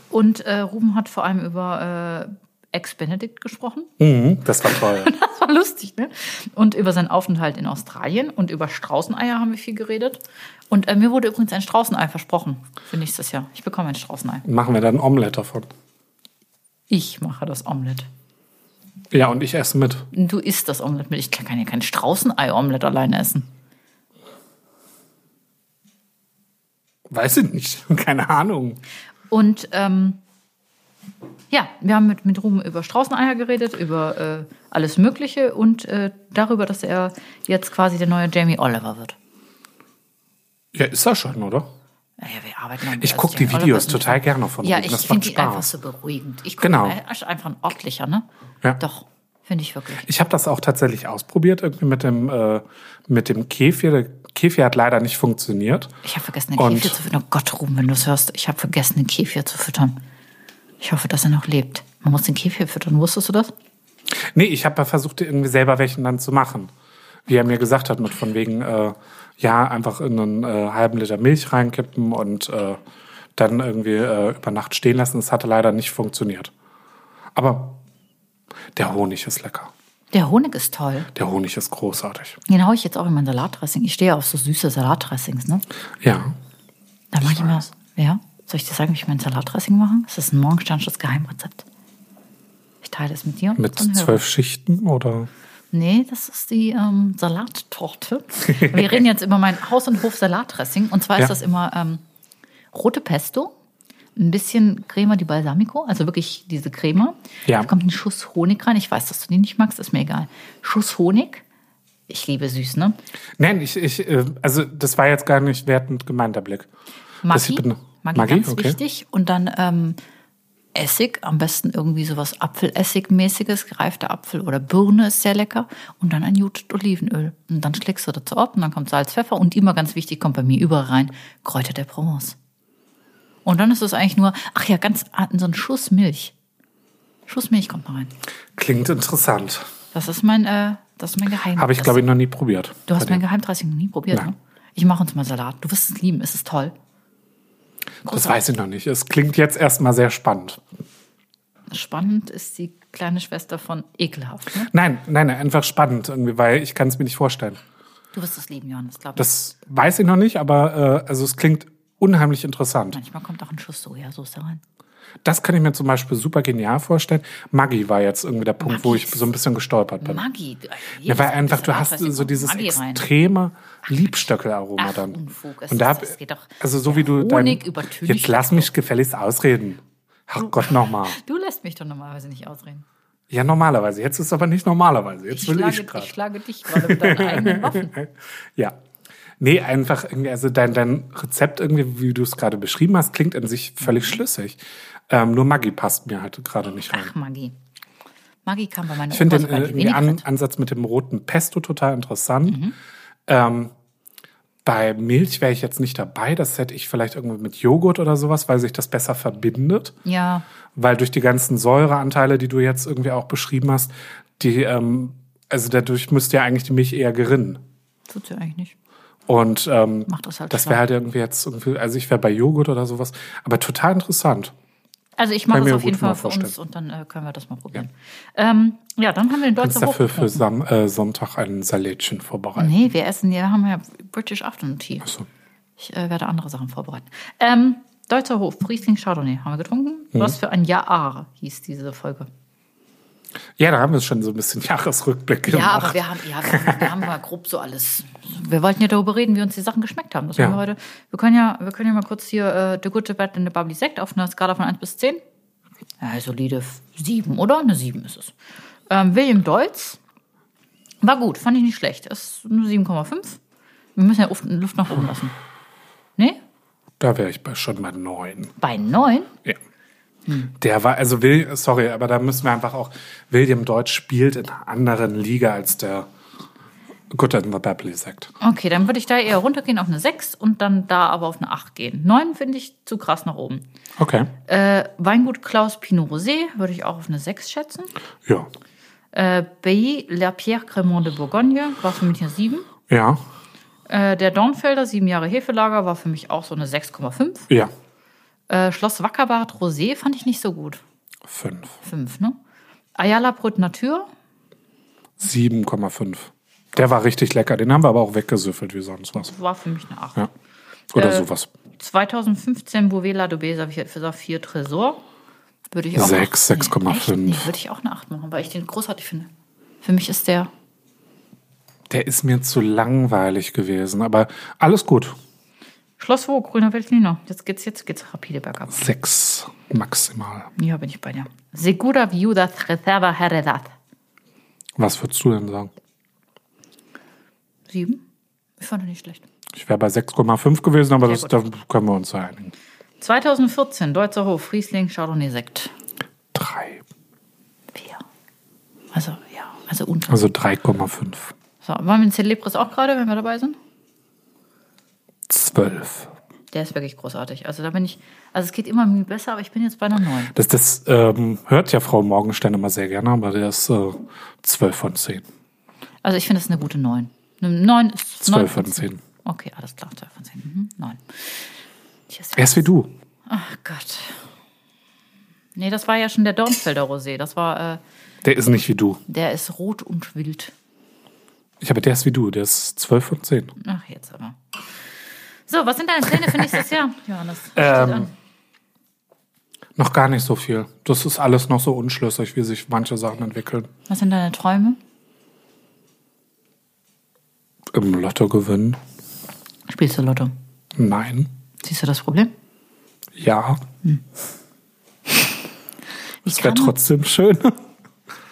Speaker 2: und äh, Ruben hat vor allem über äh, Ex-Benedict gesprochen.
Speaker 3: Mhm, das war toll.
Speaker 2: Das war lustig, ne? Und über seinen Aufenthalt in Australien und über Straußeneier haben wir viel geredet. Und äh, mir wurde übrigens ein Straußenei versprochen für nächstes Jahr. Ich bekomme ein Straußenei.
Speaker 3: Machen wir dann ein Omelett davon.
Speaker 2: Ich mache das Omelett.
Speaker 3: Ja, und ich esse mit.
Speaker 2: Du isst das Omelett mit. Ich kann ja kein Straußenei-Omelett alleine essen.
Speaker 3: Weiß ich nicht. Keine Ahnung.
Speaker 2: Und ähm, ja, wir haben mit, mit Ruben über Straußeneier geredet, über äh, alles Mögliche und äh, darüber, dass er jetzt quasi der neue Jamie Oliver wird.
Speaker 3: Ja, ist er schon, oder?
Speaker 2: Naja, wir arbeiten an-
Speaker 3: Ich
Speaker 2: also
Speaker 3: gucke die
Speaker 2: Jamie Oliver
Speaker 3: Videos
Speaker 2: ist ein-
Speaker 3: total gerne von
Speaker 2: Ja,
Speaker 3: Ruben.
Speaker 2: ich
Speaker 3: Das macht
Speaker 2: finde ihn
Speaker 3: Spaß.
Speaker 2: einfach so beruhigend. Ich guck,
Speaker 3: Genau.
Speaker 2: Er ist einfach ein ordentlicher, ne?
Speaker 3: Ja.
Speaker 2: Doch, finde ich wirklich.
Speaker 3: Ich habe das auch tatsächlich ausprobiert, irgendwie mit dem, äh, mit dem Kefir. Der Kefir hat leider nicht funktioniert.
Speaker 2: Ich habe vergessen, den
Speaker 3: Und-
Speaker 2: Käfir zu füttern. Oh Gott, Ruben, wenn du es hörst, ich habe vergessen, den Käfir zu füttern. Ich hoffe, dass er noch lebt. Man muss den Käfir füttern. Wusstest du das?
Speaker 3: Nee, ich habe versucht, irgendwie selber welchen dann zu machen. Wie er mir gesagt hat, mit von wegen, äh, ja, einfach in einen äh, halben Liter Milch reinkippen und äh, dann irgendwie äh, über Nacht stehen lassen. Das hatte leider nicht funktioniert. Aber der Honig ist lecker.
Speaker 2: Der Honig ist toll.
Speaker 3: Der Honig ist großartig.
Speaker 2: Den haue ich jetzt auch in mein Salatdressing. Ich stehe ja auf so süße Salatdressings, ne?
Speaker 3: Ja.
Speaker 2: Da mache ich mir Ja? Soll ich dir sagen, wie ich mein Salatdressing mache? Es ist ein morgensternsches Geheimrezept. Ich teile es mit dir. und
Speaker 3: Mit
Speaker 2: unseren Hörern.
Speaker 3: zwölf Schichten oder?
Speaker 2: Nee, das ist die ähm, Salattorte. Wir reden jetzt über mein Haus- und Hof-Salatdressing. Und zwar
Speaker 3: Ja.
Speaker 2: ist das immer ähm, rote Pesto, ein bisschen Crema di Balsamico, also wirklich diese Crema.
Speaker 3: Ja.
Speaker 2: Da kommt ein Schuss Honig rein. Ich weiß, dass du die nicht magst, ist mir egal. Schuss Honig. Ich liebe süß, ne?
Speaker 3: Nein, ich, ich, äh, also das war jetzt gar nicht wertend gemeint, der Blick. Das-
Speaker 2: Maggi,
Speaker 3: ich bin-
Speaker 2: Maggi,
Speaker 3: Maggi,
Speaker 2: ganz
Speaker 3: okay.
Speaker 2: wichtig. Und dann ähm, Essig, am besten irgendwie sowas Apfelessig-mäßiges, gereifter Apfel oder Birne ist sehr lecker. Und dann ein Judith Olivenöl. Und dann schlägst du dazu ab und dann kommt Salz, Pfeffer und immer ganz wichtig, kommt bei mir überall rein, Kräuter der Provence. Und dann ist es eigentlich nur, ach ja, ganz ah, so ein Schuss Milch. Schuss Milch kommt mal rein.
Speaker 3: Klingt interessant.
Speaker 2: Das ist mein, äh, das ist mein Geheimnis.
Speaker 3: Habe ich, glaube ich, noch nie probiert.
Speaker 2: Du hast
Speaker 3: Bei
Speaker 2: mein
Speaker 3: dir.
Speaker 2: Geheimdressing noch nie probiert,
Speaker 3: Nein.
Speaker 2: ne? Ich mache uns mal Salat. Du wirst es lieben, es ist toll.
Speaker 3: das weiß ich noch nicht. Es klingt jetzt erstmal sehr spannend.
Speaker 2: Spannend ist die kleine Schwester von ekelhaft. Ne?
Speaker 3: Nein, nein, nein, einfach spannend irgendwie, weil ich kann es mir nicht vorstellen.
Speaker 2: Du wirst es lieben, Johannes, glaube ich.
Speaker 3: Das weiß ich noch nicht, aber äh, also es klingt unheimlich interessant.
Speaker 2: Manchmal kommt auch ein Schuss Sojasauce da rein.
Speaker 3: Das kann ich mir zum Beispiel super genial vorstellen. Maggi war jetzt irgendwie der Punkt, wo ich so ein bisschen gestolpert bin.
Speaker 2: Maggi. äh,
Speaker 3: Ja,
Speaker 2: jedes
Speaker 3: weil einfach,
Speaker 2: bisschen
Speaker 3: du hast
Speaker 2: Adresse
Speaker 3: so
Speaker 2: kommt
Speaker 3: dieses
Speaker 2: Maggi rein.
Speaker 3: extreme Liebstöckelaroma
Speaker 2: Ach,
Speaker 3: dann.
Speaker 2: Unfug. Es
Speaker 3: Und da
Speaker 2: ist-
Speaker 3: hab-
Speaker 2: es geht doch-
Speaker 3: also so wie du
Speaker 2: der
Speaker 3: dein,
Speaker 2: Honig übertüncht
Speaker 3: Jetzt lass mich gefälligst ausreden. Ach Gott, nochmal.
Speaker 2: Du lässt mich doch normalerweise nicht ausreden.
Speaker 3: Ja, normalerweise. Jetzt ist aber nicht normalerweise. Jetzt
Speaker 2: Ich
Speaker 3: will
Speaker 2: schlage,
Speaker 3: ich gerade.
Speaker 2: ich schlage dich gerade mit deinen eigenen Waffen.
Speaker 3: Ja. Nee, einfach irgendwie, also dein, dein Rezept irgendwie, wie du es gerade beschrieben hast, klingt an sich völlig schlüssig. Ähm, nur Maggi passt mir halt gerade nicht rein.
Speaker 2: Ach, Maggi. Maggi kam bei meiner
Speaker 3: Ich finde
Speaker 2: Oma
Speaker 3: den
Speaker 2: so bei
Speaker 3: äh,
Speaker 2: die
Speaker 3: irgendwie An
Speaker 2: Vinaigrette.
Speaker 3: Ansatz mit dem roten Pesto total interessant. Ähm, bei Milch wäre ich jetzt nicht dabei. Das hätte ich vielleicht irgendwie mit Joghurt oder sowas, weil sich das besser verbindet.
Speaker 2: Ja,
Speaker 3: Weil durch die ganzen Säureanteile, die du jetzt irgendwie auch beschrieben hast, die, ähm, also dadurch müsste ja eigentlich die Milch eher gerinnen.
Speaker 2: tut sie eigentlich nicht.
Speaker 3: Und ähm,
Speaker 2: Macht das halt
Speaker 3: das
Speaker 2: klar.
Speaker 3: wäre halt irgendwie jetzt irgendwie, also ich wäre bei Joghurt oder sowas, aber total interessant.
Speaker 2: Also ich mache
Speaker 3: Kann
Speaker 2: es
Speaker 3: mir
Speaker 2: auf jeden
Speaker 3: gut mal
Speaker 2: Fall für uns
Speaker 3: vorstellen.
Speaker 2: und dann äh, können wir das mal probieren. Ja, ähm, ja dann haben wir den
Speaker 3: Kannst
Speaker 2: Deutschen
Speaker 3: dafür für
Speaker 2: Hof.
Speaker 3: Sam äh, Sonntag ein Salätchen vorbereiten.
Speaker 2: Nee, wir essen, wir haben ja British Afternoon Tea.
Speaker 3: so.
Speaker 2: Ich äh, werde andere Sachen vorbereiten. Ähm, Deutscher Hof, Riesling Chardonnay haben wir getrunken. Was für ein Jahr hieß diese Folge.
Speaker 3: Ja, da haben wir schon so ein bisschen Jahresrückblick gemacht.
Speaker 2: Ja, aber wir haben, ja, wir, wir haben mal grob so alles. Wir wollten ja darüber reden, wie uns die Sachen geschmeckt haben. Das
Speaker 3: Ja.
Speaker 2: haben wir heute. Wir können ja, wir können ja mal kurz hier äh, The Good, The Bad and The Bubbly Sekt auf einer Skala von 1 bis 10. Ja, solide 7, oder? Eine 7 ist es. Ähm, William Deutz war gut, fand ich nicht schlecht. Ist eine 7,5. Wir müssen ja Luft- Luft nach oben lassen. Nee?
Speaker 3: Da wäre ich bei schon mal neun.
Speaker 2: Bei 9?
Speaker 3: Ja.
Speaker 2: Hm.
Speaker 3: Der war, also Will, sorry, aber da müssen wir einfach auch, William Deutsch spielt in einer anderen Liga als der Good and the Babbly sagt.
Speaker 2: Okay, dann würde ich da eher runtergehen auf eine 6 und dann da aber auf eine 8 gehen. 9 finde ich zu krass nach oben.
Speaker 3: Okay.
Speaker 2: Äh, Weingut Klaus Pinot Rosé würde ich auch auf eine 6 schätzen.
Speaker 3: Ja.
Speaker 2: Äh, Bailly La Pierre Cremant de Bourgogne war für mich eine 7.
Speaker 3: Ja.
Speaker 2: Äh, der Dornfelder, 7 Jahre Hefelager, war für mich auch so eine 6,5.
Speaker 3: Ja.
Speaker 2: Äh, Schloss Wackerbad Rosé fand ich nicht so gut.
Speaker 3: Fünf.
Speaker 2: 5, ne? Ayala Brut Natur,
Speaker 3: 7,5. Der war richtig lecker. Den haben wir aber auch weggesüffelt wie sonst was.
Speaker 2: war für mich eine 8.
Speaker 3: Ja. Oder sowas.
Speaker 2: 2015 Bovela Dubé Saphir- Saphir Tresor. Würde ich auch.
Speaker 3: Sechs,
Speaker 2: Nee,
Speaker 3: 6,5.
Speaker 2: echt? Nee, würde ich auch eine 8 machen, weil ich den großartig finde. Für mich ist der
Speaker 3: Der ist mir zu langweilig gewesen, aber alles gut.
Speaker 2: Schloss Wo, Grüner Veltliner. Jetzt geht's, jetzt geht's rapide bergab.
Speaker 3: Sechs maximal.
Speaker 2: Ja, bin ich bei dir. Segura Viuda Reserva Heredad.
Speaker 3: Was würdest du denn sagen?
Speaker 2: Sieben? Ich fand ihn nicht schlecht.
Speaker 3: Ich wäre bei 6,5 gewesen, aber das,
Speaker 2: Sehr
Speaker 3: da können wir uns einigen.
Speaker 2: 2014, Deutzer Hof, Riesling, Chardonnay, Sekt.
Speaker 3: Drei.
Speaker 2: Vier. Also, ja, also unter.
Speaker 3: Also 3,5.
Speaker 2: So, wollen wir den Celebris auch gerade, wenn wir dabei sind?
Speaker 3: Zwölf.
Speaker 2: Der ist wirklich großartig. Also, da bin ich, also es geht immer mir besser, aber ich bin jetzt bei einer neun.
Speaker 3: Das, das ähm, hört ja Frau Morgenstern immer sehr gerne, aber der ist äh, 12 von 10.
Speaker 2: Also, ich finde, das ist eine gute neun. Eine neun ist neun
Speaker 3: 12 von 10.
Speaker 2: Okay, alles klar, 12 von 10. Mhm, neun. Cheers.
Speaker 3: Er ist wie du.
Speaker 2: Ach Gott. Nee, das war ja schon der Dornfelder Rosé. Das war, äh,
Speaker 3: Der ist nicht wie du.
Speaker 2: der ist rot und wild.
Speaker 3: Ich habe, der ist wie du. Der ist 12 von 10.
Speaker 2: Ach, jetzt aber. So, was sind deine Pläne für nächstes Jahr, Johannes? Steht
Speaker 3: Ähm,
Speaker 2: an.
Speaker 3: Noch gar nicht so viel. Das ist alles noch so unschlüssig, wie sich manche Sachen entwickeln.
Speaker 2: Was sind deine Träume?
Speaker 3: Im Lotto gewinnen?
Speaker 2: Spielst du Lotto?
Speaker 3: Nein.
Speaker 2: Siehst du das Problem?
Speaker 3: Ja.
Speaker 2: Wie
Speaker 3: Es
Speaker 2: kann,
Speaker 3: wäre
Speaker 2: man,
Speaker 3: trotzdem schön.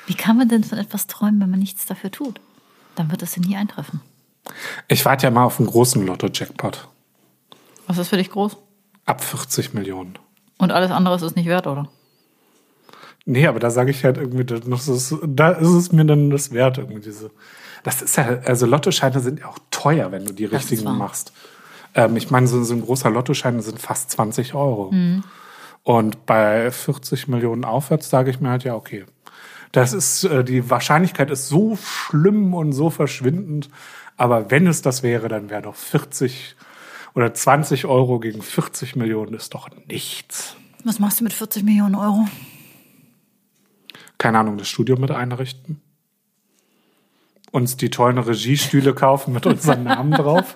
Speaker 2: wie kann man denn von etwas träumen, wenn man nichts dafür tut? Dann wird es ja nie eintreffen.
Speaker 3: Ich warte ja mal auf einen großen Lotto-Jackpot.
Speaker 2: Was ist für dich groß?
Speaker 3: Ab 40 Millionen.
Speaker 2: Und alles andere ist es nicht wert, oder?
Speaker 3: Nee, aber da sage ich halt irgendwie, das ist, da ist es mir dann das wert, irgendwie diese. Das ist ja, also Lottoscheine sind ja auch teuer, wenn du die
Speaker 2: Das ist
Speaker 3: richtigen
Speaker 2: wahr.
Speaker 3: machst. Ähm, ich meine, so, so ein großer Lottoschein sind fast 20 Euro.
Speaker 2: Mhm.
Speaker 3: Und bei 40 Millionen aufwärts sage ich mir halt, ja, okay. Das ist, äh, die Wahrscheinlichkeit ist so schlimm und so verschwindend. Aber wenn es das wäre, dann wäre doch 40 oder 20 Euro gegen 40 Millionen ist doch nichts.
Speaker 2: Was machst du mit 40 Millionen Euro?
Speaker 3: keine Ahnung, das Studio mit einrichten. Uns die tollen Regiestühle kaufen mit unseren Namen drauf.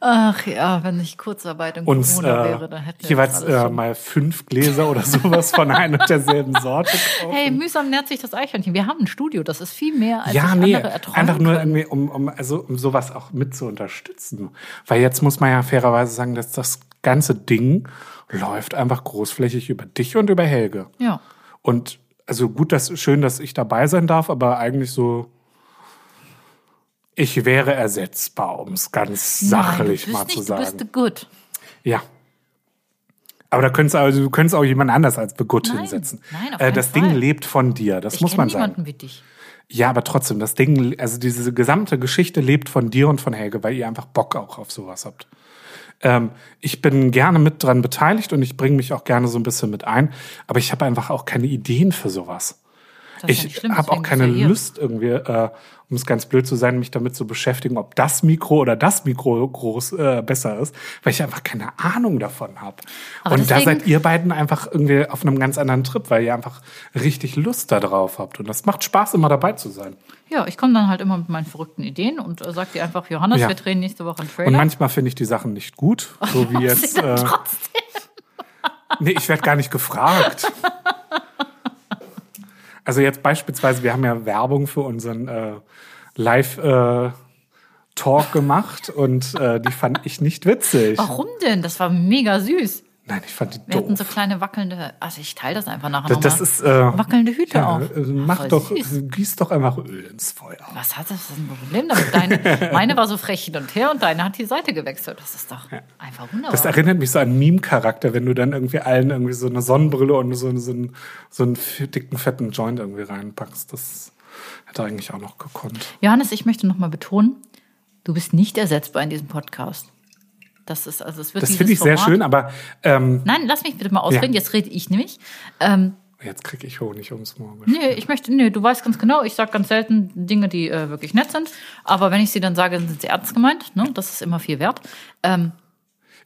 Speaker 2: Ach ja, wenn ich Kurzarbeit und
Speaker 3: Uns
Speaker 2: Corona
Speaker 3: äh,
Speaker 2: wäre, dann hätten wir
Speaker 3: jeweils
Speaker 2: das alles
Speaker 3: äh,
Speaker 2: schon.
Speaker 3: mal fünf Gläser oder sowas von einer und derselben Sorte kaufen.
Speaker 2: Hey, mühsam nährt sich das Eichhörnchen. Wir haben ein Studio, das ist viel mehr, als
Speaker 3: ja,
Speaker 2: sich
Speaker 3: nee,
Speaker 2: andere erträumen
Speaker 3: einfach nur,
Speaker 2: können.
Speaker 3: irgendwie, um, um, also, um sowas auch mit zu unterstützen. Weil jetzt muss man ja fairerweise sagen, dass das ganze Ding läuft einfach großflächig über dich und über Helge.
Speaker 2: Ja.
Speaker 3: Und also gut, dass, schön, dass ich dabei sein darf, aber eigentlich so, ich wäre ersetzbar, um es ganz sachlich
Speaker 2: Nein, du bist
Speaker 3: mal
Speaker 2: nicht,
Speaker 3: zu
Speaker 2: Du
Speaker 3: sagen.
Speaker 2: bist gut.
Speaker 3: Ja. Aber da könntest du, also, du könntest auch jemanden anders als Begut
Speaker 2: Nein,
Speaker 3: hinsetzen.
Speaker 2: nein, auf
Speaker 3: äh,
Speaker 2: keinen
Speaker 3: das
Speaker 2: Fall.
Speaker 3: Ding lebt von dir, das
Speaker 2: Ich
Speaker 3: muss
Speaker 2: kenne
Speaker 3: man sagen.
Speaker 2: niemanden wie dich.
Speaker 3: Ja, aber trotzdem, das Ding, also diese gesamte Geschichte lebt von dir und von Helge, weil ihr einfach Bock auch auf sowas habt. Ähm, ich bin gerne mit dran beteiligt und ich bringe mich auch gerne so ein bisschen mit ein, aber ich habe einfach auch keine Ideen für sowas.
Speaker 2: Das ist ja nicht
Speaker 3: Ich
Speaker 2: schlimm,
Speaker 3: habe
Speaker 2: deswegen
Speaker 3: auch
Speaker 2: bist
Speaker 3: keine
Speaker 2: du hier.
Speaker 3: Lust irgendwie, äh, um es ganz blöd zu sein, mich damit zu beschäftigen, ob das Mikro oder das Mikro groß äh, besser ist, weil ich einfach keine Ahnung davon habe.
Speaker 2: Aber
Speaker 3: Und da
Speaker 2: deswegen-
Speaker 3: seid ihr beiden einfach irgendwie auf einem ganz anderen Trip, weil ihr einfach richtig Lust darauf habt. Und das macht Spaß, immer dabei zu sein.
Speaker 2: Ja, ich komme dann halt immer mit meinen verrückten Ideen und äh, sag dir einfach, Johannes,
Speaker 3: Ja.
Speaker 2: wir drehen nächste Woche einen
Speaker 3: Und
Speaker 2: Trailer.
Speaker 3: manchmal finde ich die Sachen nicht gut, so wie jetzt. Äh, nee, ich werde gar nicht gefragt. Also jetzt beispielsweise, wir haben ja Werbung für unseren äh, Live-Talk gemacht und äh, die fand ich nicht witzig.
Speaker 2: Warum denn? Das war mega süß.
Speaker 3: Nein, ich fand die
Speaker 2: Oh. Wir hatten so
Speaker 3: doof.
Speaker 2: kleine wackelnde, also ich teile das einfach nachher
Speaker 3: Das,
Speaker 2: nochmal.
Speaker 3: das ist äh,
Speaker 2: wackelnde Hüte
Speaker 3: ja,
Speaker 2: auf.
Speaker 3: äh, mach
Speaker 2: Voll
Speaker 3: doch,
Speaker 2: süß.
Speaker 3: gieß doch einfach Öl ins Feuer.
Speaker 2: Was hat das denn ein Problem damit? Deine, meine war so frech hin und her und deine hat die Seite gewechselt. Das ist doch einfach wunderbar.
Speaker 3: Das erinnert mich so an Meme-Charakter, wenn du dann irgendwie allen irgendwie so eine Sonnenbrille und so, so, einen, so einen dicken, fetten Joint irgendwie reinpackst. Das hätte eigentlich auch noch gekonnt.
Speaker 2: Johannes, ich möchte nochmal betonen, du bist nicht ersetzbar in diesem Podcast. Das ist, also es wird
Speaker 3: Das
Speaker 2: dieses
Speaker 3: finde ich sehr
Speaker 2: Format-
Speaker 3: schön, aber ähm,
Speaker 2: Nein, lass mich bitte mal ausreden,
Speaker 3: Ja.
Speaker 2: jetzt rede ich nämlich. Ähm,
Speaker 3: jetzt kriege ich Honig ums Morgen.
Speaker 2: nee, ich möchte, nee, du weißt ganz genau, ich sage ganz selten Dinge, die äh, wirklich nett sind. Aber wenn ich sie dann sage, dann sind sie ernst gemeint. Ne? Das ist immer viel wert. Ähm,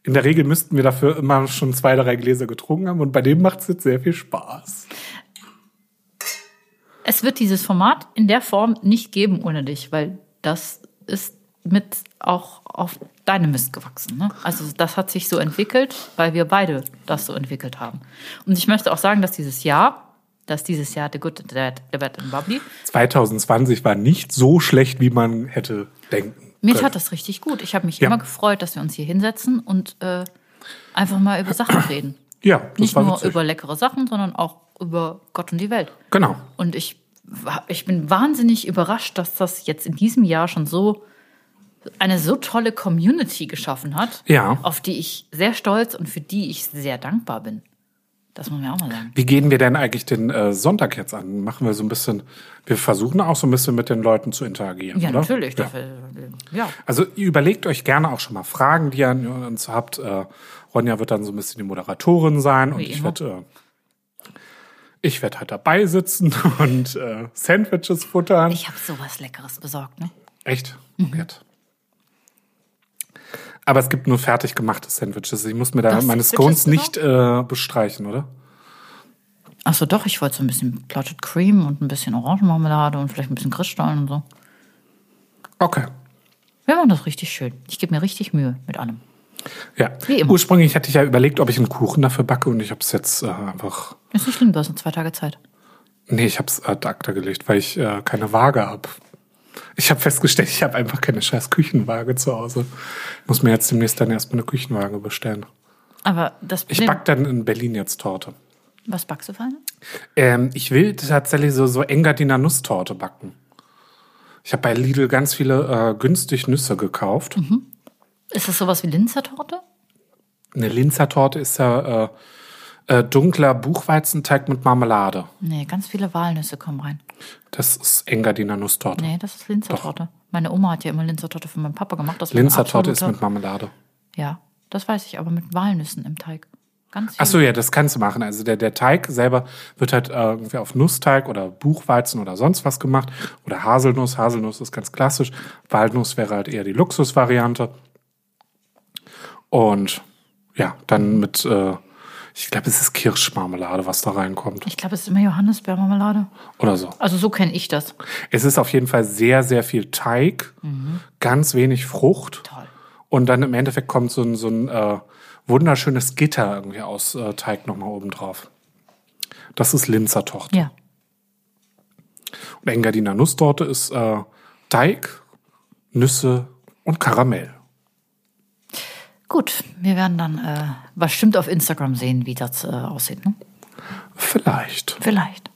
Speaker 3: In der Regel müssten wir dafür immer schon zwei, drei Gläser getrunken haben und bei dem macht es jetzt sehr viel Spaß.
Speaker 2: es wird dieses Format in der Form nicht geben ohne dich, weil das ist mit auch auf deinem Mist gewachsen. Ne? Also das hat sich so entwickelt, weil wir beide das so entwickelt haben. Und ich möchte auch sagen, dass dieses Jahr, dass dieses Jahr The Good, Dad, The Bad and Bubbly,
Speaker 3: 2020 war nicht so schlecht, wie man hätte denken
Speaker 2: Mir
Speaker 3: können.
Speaker 2: tat das richtig gut. Ich habe mich
Speaker 3: Ja.
Speaker 2: immer gefreut, dass wir uns hier hinsetzen und äh, einfach mal über Sachen reden.
Speaker 3: Ja, das
Speaker 2: Nicht
Speaker 3: war
Speaker 2: nur
Speaker 3: witzig.
Speaker 2: über leckere Sachen, sondern auch über Gott und die Welt.
Speaker 3: Genau.
Speaker 2: Und ich, wa- ich bin wahnsinnig überrascht, dass das jetzt in diesem Jahr schon so eine so tolle Community geschaffen hat,
Speaker 3: Ja.
Speaker 2: auf die ich sehr stolz und für die ich sehr dankbar bin. Das muss man ja auch mal sagen.
Speaker 3: Wie gehen wir denn eigentlich den äh, Sonntag jetzt an? Machen wir so ein bisschen, wir versuchen auch so ein bisschen mit den Leuten zu interagieren.
Speaker 2: Ja,
Speaker 3: oder?
Speaker 2: natürlich.
Speaker 3: Ja.
Speaker 2: Dafür, äh, ja.
Speaker 3: Also ihr überlegt euch gerne auch schon mal Fragen, die ihr an uns habt. Äh, Ronja wird dann so ein bisschen die Moderatorin sein und
Speaker 2: Wie
Speaker 3: ich
Speaker 2: immer.
Speaker 3: werde äh, ich werde halt dabei sitzen und äh, Sandwiches futtern.
Speaker 2: Ich habe sowas Leckeres besorgt, ne?
Speaker 3: Echt? Nett. Aber es gibt nur fertig gemachte Sandwiches. Ich muss mir da
Speaker 2: Das
Speaker 3: meine
Speaker 2: Sandwiches
Speaker 3: Scones nicht äh, bestreichen, oder?
Speaker 2: Achso, doch, ich wollte so ein bisschen Clotted Cream und ein bisschen Orangenmarmelade und vielleicht ein bisschen Christstollen und so.
Speaker 3: Okay.
Speaker 2: Wir machen das richtig schön. Ich gebe mir richtig Mühe mit allem.
Speaker 3: Ja.
Speaker 2: Wie immer.
Speaker 3: Ursprünglich hatte ich ja überlegt, ob ich einen Kuchen dafür backe und ich habe es jetzt äh, einfach.
Speaker 2: Ist nicht schlimm, du hast noch zwei Tage Zeit.
Speaker 3: Nee, ich habe es ad acta gelegt, weil ich äh, keine Waage habe. Ich habe festgestellt, ich habe einfach keine scheiß Küchenwaage zu Hause. Muss mir jetzt demnächst dann erstmal eine Küchenwaage bestellen.
Speaker 2: Aber das
Speaker 3: Ich
Speaker 2: Problem,
Speaker 3: back dann in Berlin jetzt Torte.
Speaker 2: was backst du für eine?
Speaker 3: Ähm, ich will tatsächlich so, so Engadiner Nusstorte backen. Ich habe bei Lidl ganz viele äh, günstig Nüsse gekauft.
Speaker 2: Ist das sowas wie Linzertorte?
Speaker 3: Eine Linzer Torte ist ja äh, äh, dunkler Buchweizenteig mit Marmelade.
Speaker 2: Nee, ganz viele Walnüsse kommen rein.
Speaker 3: Das ist Engadiner Nusstorte.
Speaker 2: Nee, das ist Linzertorte. Meine Oma hat ja immer Linzertorte für meinen Papa gemacht. Das war eine
Speaker 3: Linzertorte ist
Speaker 2: absolute-
Speaker 3: mit Marmelade.
Speaker 2: Ja, das weiß ich, aber mit Walnüssen im Teig. Ganz viel.
Speaker 3: Ach so, ja, das kannst du machen. Also der, der Teig selber wird halt äh, irgendwie auf Nussteig oder Buchweizen oder sonst was gemacht. Oder Haselnuss. Haselnuss ist ganz klassisch. Walnuss wäre halt eher die Luxusvariante. Und ja, dann mit äh, Ich glaube, es ist Kirschmarmelade, was da reinkommt.
Speaker 2: Ich glaube, es ist immer Johannisbeermarmelade.
Speaker 3: Oder so.
Speaker 2: Also so kenne ich das.
Speaker 3: Es ist auf jeden Fall sehr, sehr viel Teig, ganz wenig Frucht.
Speaker 2: Toll.
Speaker 3: Und dann im Endeffekt kommt so ein, so ein äh, wunderschönes Gitter irgendwie aus äh, Teig nochmal oben drauf. Das ist Linzer Torte.
Speaker 2: Ja.
Speaker 3: Und Engadiner Nusstorte ist äh, Teig, Nüsse und Karamell.
Speaker 2: Gut, wir werden dann äh, bestimmt auf Instagram sehen, wie das äh, aussieht. Ne?
Speaker 3: Vielleicht.
Speaker 2: Vielleicht.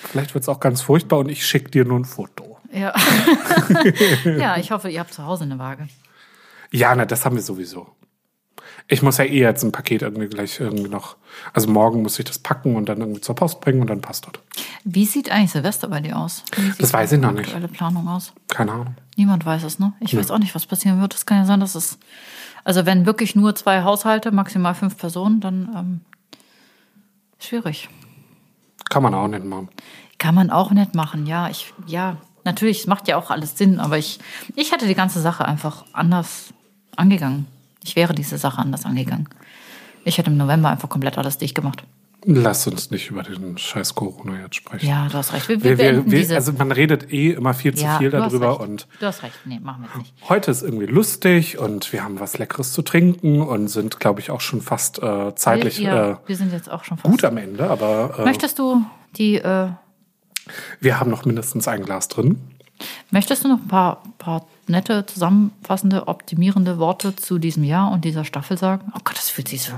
Speaker 3: Vielleicht wird's auch ganz furchtbar und ich schicke dir nur ein Foto.
Speaker 2: Ja. ja, ich hoffe, ihr habt zu Hause eine Waage.
Speaker 3: Ja, na, das haben wir sowieso. Ich muss ja eh jetzt ein Paket irgendwie gleich irgendwie noch. Also morgen muss ich das packen und dann irgendwie zur Post bringen und dann passt das.
Speaker 2: Wie sieht eigentlich Silvester bei dir aus? Wie sieht
Speaker 3: Das weiß ich noch
Speaker 2: die aktuelle Planung aus?
Speaker 3: Keine Ahnung.
Speaker 2: Niemand weiß es, ne? Ich weiß auch nicht, was passieren wird. Es kann ja sein, dass es. Also, wenn wirklich nur zwei Haushalte, maximal fünf Personen, dann ähm, schwierig.
Speaker 3: Kann man auch nicht machen.
Speaker 2: Kann man auch nicht machen, ja. Ich, ja, natürlich, es macht ja auch alles Sinn, aber ich, ich hätte die ganze Sache einfach anders angegangen. Ich wäre diese Sache anders angegangen. Ich hätte im November einfach komplett alles dicht gemacht.
Speaker 3: Lass uns nicht über den scheiß Corona jetzt sprechen.
Speaker 2: Ja, du hast recht. Wir, wir,
Speaker 3: Wir, wir,
Speaker 2: beenden
Speaker 3: wir,
Speaker 2: diese.
Speaker 3: also man redet eh immer viel zu
Speaker 2: ja,
Speaker 3: viel
Speaker 2: du hast recht.
Speaker 3: darüber und
Speaker 2: Du hast recht. Nee, machen wir jetzt nicht.
Speaker 3: heute ist irgendwie lustig und wir haben was Leckeres zu trinken und sind, glaube ich, auch schon fast äh, zeitlich
Speaker 2: ja,
Speaker 3: äh,
Speaker 2: wir sind jetzt auch schon fast.
Speaker 3: gut am Ende, aber äh,
Speaker 2: Möchtest du die. Äh,
Speaker 3: wir haben noch mindestens ein Glas drin.
Speaker 2: Möchtest du noch ein paar, paar nette, zusammenfassende, optimierende Worte zu diesem Jahr und dieser Staffel sagen? Oh Gott, das fühlt sich so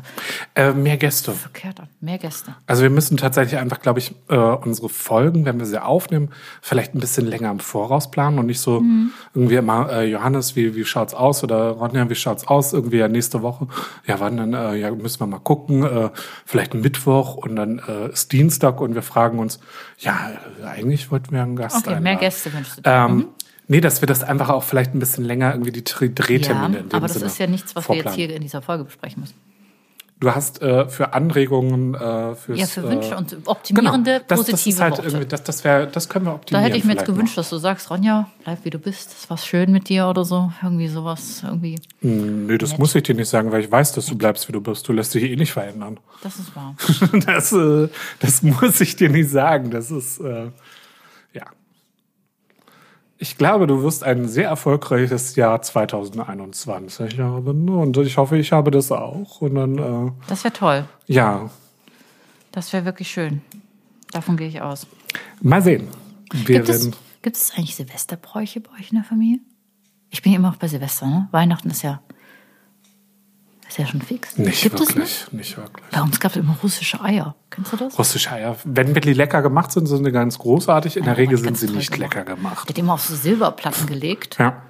Speaker 3: Äh, mehr Gäste.
Speaker 2: verkehrt an. Mehr Gäste.
Speaker 3: Also wir müssen tatsächlich einfach, glaube ich, äh, unsere Folgen, wenn wir sie aufnehmen, vielleicht ein bisschen länger im Voraus planen und nicht so irgendwie immer, äh, Johannes, wie, wie schaut's aus? Oder Ronja, wie schaut's aus? Irgendwie ja nächste Woche. Ja, wann dann? Äh, ja, müssen wir mal gucken. Äh, vielleicht Mittwoch und dann äh, ist Dienstag und wir fragen uns, ja, äh, eigentlich wollten wir einen Gast
Speaker 2: Okay,
Speaker 3: einladen.
Speaker 2: mehr Gäste Mhm. wünschst du dir.
Speaker 3: Ähm, Nee, dass wir das einfach auch vielleicht ein bisschen länger irgendwie die Tre-
Speaker 2: ja,
Speaker 3: Drehtermine in dem
Speaker 2: aber das
Speaker 3: Sinne
Speaker 2: ist ja nichts, was
Speaker 3: vorplanen.
Speaker 2: wir jetzt hier in dieser Folge besprechen müssen.
Speaker 3: Du hast äh, für Anregungen, äh, fürs,
Speaker 2: Ja, für
Speaker 3: äh,
Speaker 2: Wünsche und optimierende,
Speaker 3: das, das
Speaker 2: positive
Speaker 3: ist halt
Speaker 2: Worte.
Speaker 3: irgendwie, das, das, wär, das können wir
Speaker 2: Da
Speaker 3: optimieren.
Speaker 2: hätte ich mir jetzt
Speaker 3: vielleicht
Speaker 2: gewünscht, dass du sagst, Ronja, bleib wie du bist, es war schön mit dir oder so. Irgendwie sowas, irgendwie.
Speaker 3: Noch. Hm, Nö, das muss ich dir nicht sagen, weil ich weiß, dass du bleibst, wie du bist. Du lässt dich eh nicht verändern.
Speaker 2: Das ist wahr.
Speaker 3: Das, äh, das muss ich dir nicht sagen. Das ist, äh, ja. Ich glaube, du wirst ein sehr erfolgreiches Jahr 2021 haben. Und ich hoffe, ich habe das auch. Und dann, äh,
Speaker 2: Das wäre toll.
Speaker 3: ja,
Speaker 2: Das wäre wirklich schön. Davon gehe ich aus.
Speaker 3: mal sehen. Wir
Speaker 2: Gibt es,
Speaker 3: werden-
Speaker 2: gibt es eigentlich Silvesterbräuche bei euch in der Familie? Ich bin ja immer auch bei Silvester, ne? Weihnachten ist ja, ist ja schon fix.
Speaker 3: Nicht
Speaker 2: gibt
Speaker 3: wirklich,
Speaker 2: es nicht?
Speaker 3: nicht wirklich.
Speaker 2: Bei uns gab es immer russische Eier. Kennst du das?
Speaker 3: Russische Eier. Wenn wenn die lecker gemacht sind, sind sie ganz großartig. In der
Speaker 2: Ja,
Speaker 3: Regel
Speaker 2: ganz
Speaker 3: sind sie
Speaker 2: toll
Speaker 3: nicht lecker gemacht.
Speaker 2: Wird immer auf so Silberplatten gelegt.
Speaker 3: Ja.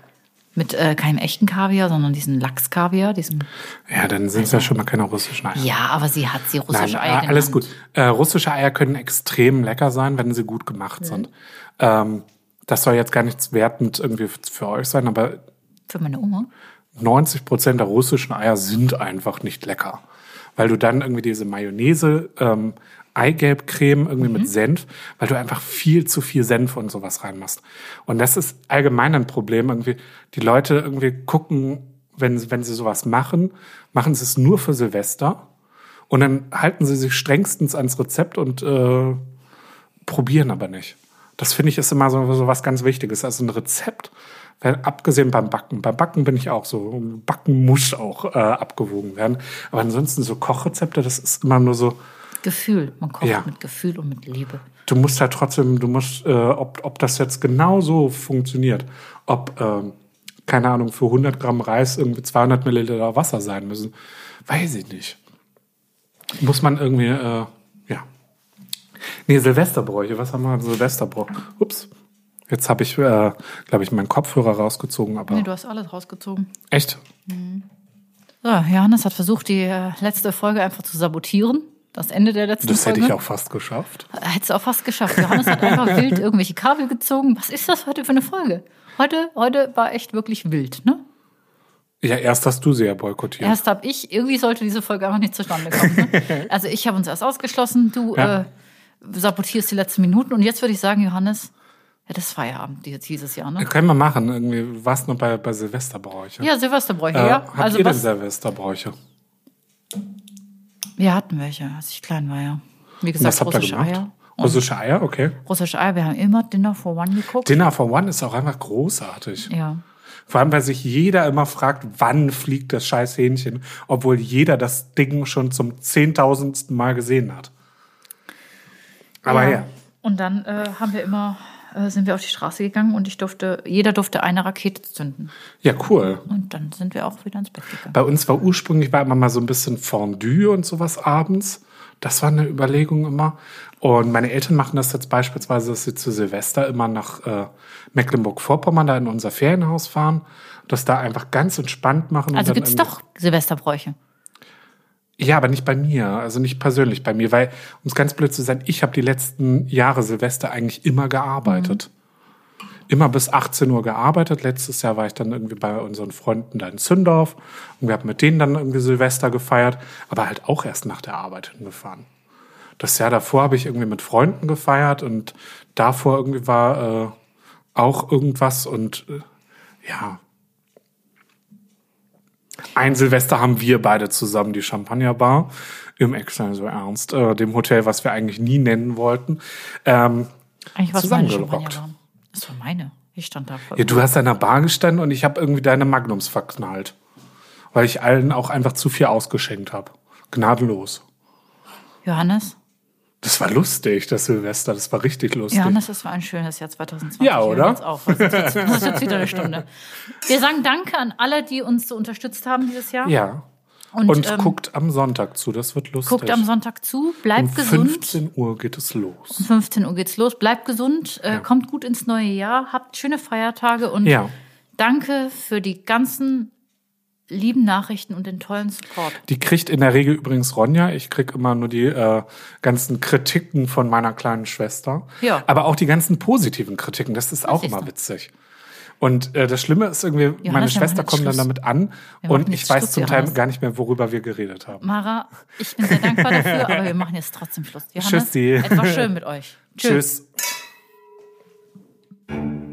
Speaker 2: Mit äh, keinem echten Kaviar, sondern diesen Lachskaviar. Diesem,
Speaker 3: Ja, dann sind es ja schon mal keine russischen Eier.
Speaker 2: ja, aber sie hat sie
Speaker 3: Nein,
Speaker 2: russische Eier genau.
Speaker 3: äh, alles
Speaker 2: genannt.
Speaker 3: gut. Äh, russische Eier können extrem lecker sein, wenn sie gut gemacht
Speaker 2: Mhm.
Speaker 3: sind. Ähm, das soll jetzt gar nichts wertend irgendwie f- für euch sein, aber
Speaker 2: Für meine Oma.
Speaker 3: 90 Prozent der russischen Eier sind einfach nicht lecker. Weil du dann irgendwie diese Mayonnaise, ähm, Eigelbcreme irgendwie mit Senf, weil du einfach viel zu viel Senf und sowas reinmachst. Und das ist allgemein ein Problem. Irgendwie, die Leute irgendwie gucken, wenn, sie- wenn sie sowas machen, machen sie es nur für Silvester. Und dann halten sie sich strengstens ans Rezept und äh, probieren aber nicht. Das finde ich ist immer so, so was ganz Wichtiges. Also ein Rezept, weil, abgesehen beim Backen. Beim Backen bin ich auch so. Backen muss auch äh, abgewogen werden. Aber ansonsten so Kochrezepte, das ist immer nur so,
Speaker 2: Gefühl. Man kocht
Speaker 3: Ja.
Speaker 2: mit Gefühl und mit Liebe.
Speaker 3: du musst halt trotzdem, du musst, äh, ob, ob das jetzt genau so funktioniert, ob, ähm, keine Ahnung, für 100 Gramm Reis irgendwie 200 Milliliter Wasser sein müssen, weiß ich nicht. Muss man irgendwie, äh, ja. Nee, Silvesterbräuche, was haben wir an Silvesterbräuche? Ups. Jetzt habe ich, äh, glaube ich, meinen Kopfhörer rausgezogen, aber
Speaker 2: Nee, du hast alles rausgezogen.
Speaker 3: echt,
Speaker 2: So, Johannes hat versucht, die äh, letzte Folge einfach zu sabotieren. Das Ende der letzten
Speaker 3: das
Speaker 2: Folge.
Speaker 3: hätte ich auch fast geschafft.
Speaker 2: Hättest du auch fast geschafft. Johannes hat einfach wild irgendwelche Kabel gezogen. Was ist das heute für eine Folge? Heute, heute war echt wirklich wild, ne?
Speaker 3: Ja, erst hast du sie ja boykottiert.
Speaker 2: Erst habe ich, irgendwie sollte diese Folge einfach nicht zustande kommen. Ne? Also ich habe uns erst ausgeschlossen, du
Speaker 3: Ja.
Speaker 2: äh, sabotierst die letzten Minuten und jetzt würde ich sagen, Johannes, ja, das ist Feierabend die- dieses Jahr, ne?
Speaker 3: Können wir machen, irgendwie, du warst noch bei, bei Silvesterbräuche.
Speaker 2: Ja, Also Silvesterbräuche,
Speaker 3: Äh,
Speaker 2: ja.
Speaker 3: Habt
Speaker 2: Also
Speaker 3: ihr denn
Speaker 2: was,
Speaker 3: Silvesterbräuche?
Speaker 2: Wir hatten welche, als ich klein war, ja. Wie
Speaker 3: Und
Speaker 2: gesagt,
Speaker 3: was habt ihr
Speaker 2: russische
Speaker 3: gemacht?
Speaker 2: Eier. Und
Speaker 3: Russische Eier, okay.
Speaker 2: russische Eier, wir haben immer Dinner for One geguckt.
Speaker 3: Dinner for One ist auch einfach großartig.
Speaker 2: ja.
Speaker 3: Vor allem, weil sich jeder immer fragt, wann fliegt das scheiß Hähnchen, obwohl jeder das Ding schon zum zehntausendsten Mal gesehen hat. Aber ja.
Speaker 2: Und dann äh, haben wir immer, äh, sind wir auf die Straße gegangen und ich durfte, jeder durfte eine Rakete zünden.
Speaker 3: Ja, cool.
Speaker 2: Und dann sind wir auch wieder ins Bett gegangen.
Speaker 3: Bei uns war ursprünglich war immer mal so ein bisschen Fondue und sowas abends. Das war eine Überlegung immer. Und meine Eltern machen das jetzt beispielsweise, dass sie zu Silvester immer nach äh, Mecklenburg-Vorpommern da in unser Ferienhaus fahren, das da einfach ganz entspannt machen. und
Speaker 2: Also
Speaker 3: dann
Speaker 2: gibt es
Speaker 3: im-
Speaker 2: doch Silvesterbräuche.
Speaker 3: Ja, aber nicht bei mir, also nicht persönlich bei mir, weil, um es ganz blöd zu sein, ich habe die letzten Jahre Silvester eigentlich immer gearbeitet. Immer bis 18 Uhr gearbeitet. Letztes Jahr war ich dann irgendwie bei unseren Freunden da in Zündorf und wir haben mit denen dann irgendwie Silvester gefeiert, aber halt auch erst nach der Arbeit hingefahren. Das Jahr davor habe ich irgendwie mit Freunden gefeiert und davor irgendwie war äh, auch irgendwas und äh, ja, ein Silvester haben wir beide zusammen die Champagnerbar im Extra so ernst, äh, dem Hotel, was wir eigentlich nie nennen wollten. Ähm,
Speaker 2: Eigentlich war es meine
Speaker 3: Zusammengerockt.
Speaker 2: Champagnerwarm. Das war meine. Ich stand da voll.
Speaker 3: ja, du hast an der Bar gestanden und ich habe irgendwie deine Magnums verknallt, weil ich allen auch einfach zu viel ausgeschenkt habe. Gnadenlos.
Speaker 2: Johannes?
Speaker 3: Das war lustig, das Silvester, das war richtig lustig.
Speaker 2: Johannes, das war ein schönes Jahr 2020. Wir
Speaker 3: Ja,
Speaker 2: hören
Speaker 3: oder?
Speaker 2: Jetzt auf. Also, Das ist jetzt, das ist jetzt wieder eine Stunde. Wir sagen Danke an alle, die uns so unterstützt haben dieses Jahr.
Speaker 3: ja.
Speaker 2: Und,
Speaker 3: Und,
Speaker 2: ähm,
Speaker 3: guckt am Sonntag zu, das wird lustig.
Speaker 2: Guckt am Sonntag zu, bleibt
Speaker 3: um
Speaker 2: gesund.
Speaker 3: 15 Uhr geht es los.
Speaker 2: Um 15 Uhr geht's los. Bleibt gesund, äh, kommt gut ins neue Jahr, habt schöne Feiertage und
Speaker 3: Ja.
Speaker 2: danke für die ganzen lieben Nachrichten und den tollen Support.
Speaker 3: Die kriegt in der Regel übrigens Ronja. Ich krieg immer nur die äh, ganzen Kritiken von meiner kleinen Schwester.
Speaker 2: Ja.
Speaker 3: Aber auch die ganzen positiven Kritiken. Das ist auch
Speaker 2: siehst
Speaker 3: immer
Speaker 2: du.
Speaker 3: witzig. Und äh, das Schlimme ist irgendwie, meine
Speaker 2: wir machen
Speaker 3: Schwester
Speaker 2: jetzt
Speaker 3: kommt dann
Speaker 2: Schluss.
Speaker 3: damit an
Speaker 2: Wir machen
Speaker 3: und
Speaker 2: jetzt
Speaker 3: ich weiß
Speaker 2: Schluss,
Speaker 3: zum Teil
Speaker 2: Johannes.
Speaker 3: gar nicht mehr, worüber wir geredet haben.
Speaker 2: Mara, ich bin sehr dankbar dafür, aber wir machen jetzt trotzdem Schluss. Johannes,
Speaker 3: Tschüssi.
Speaker 2: es war schön mit euch. Tschüss.
Speaker 3: Tschüss.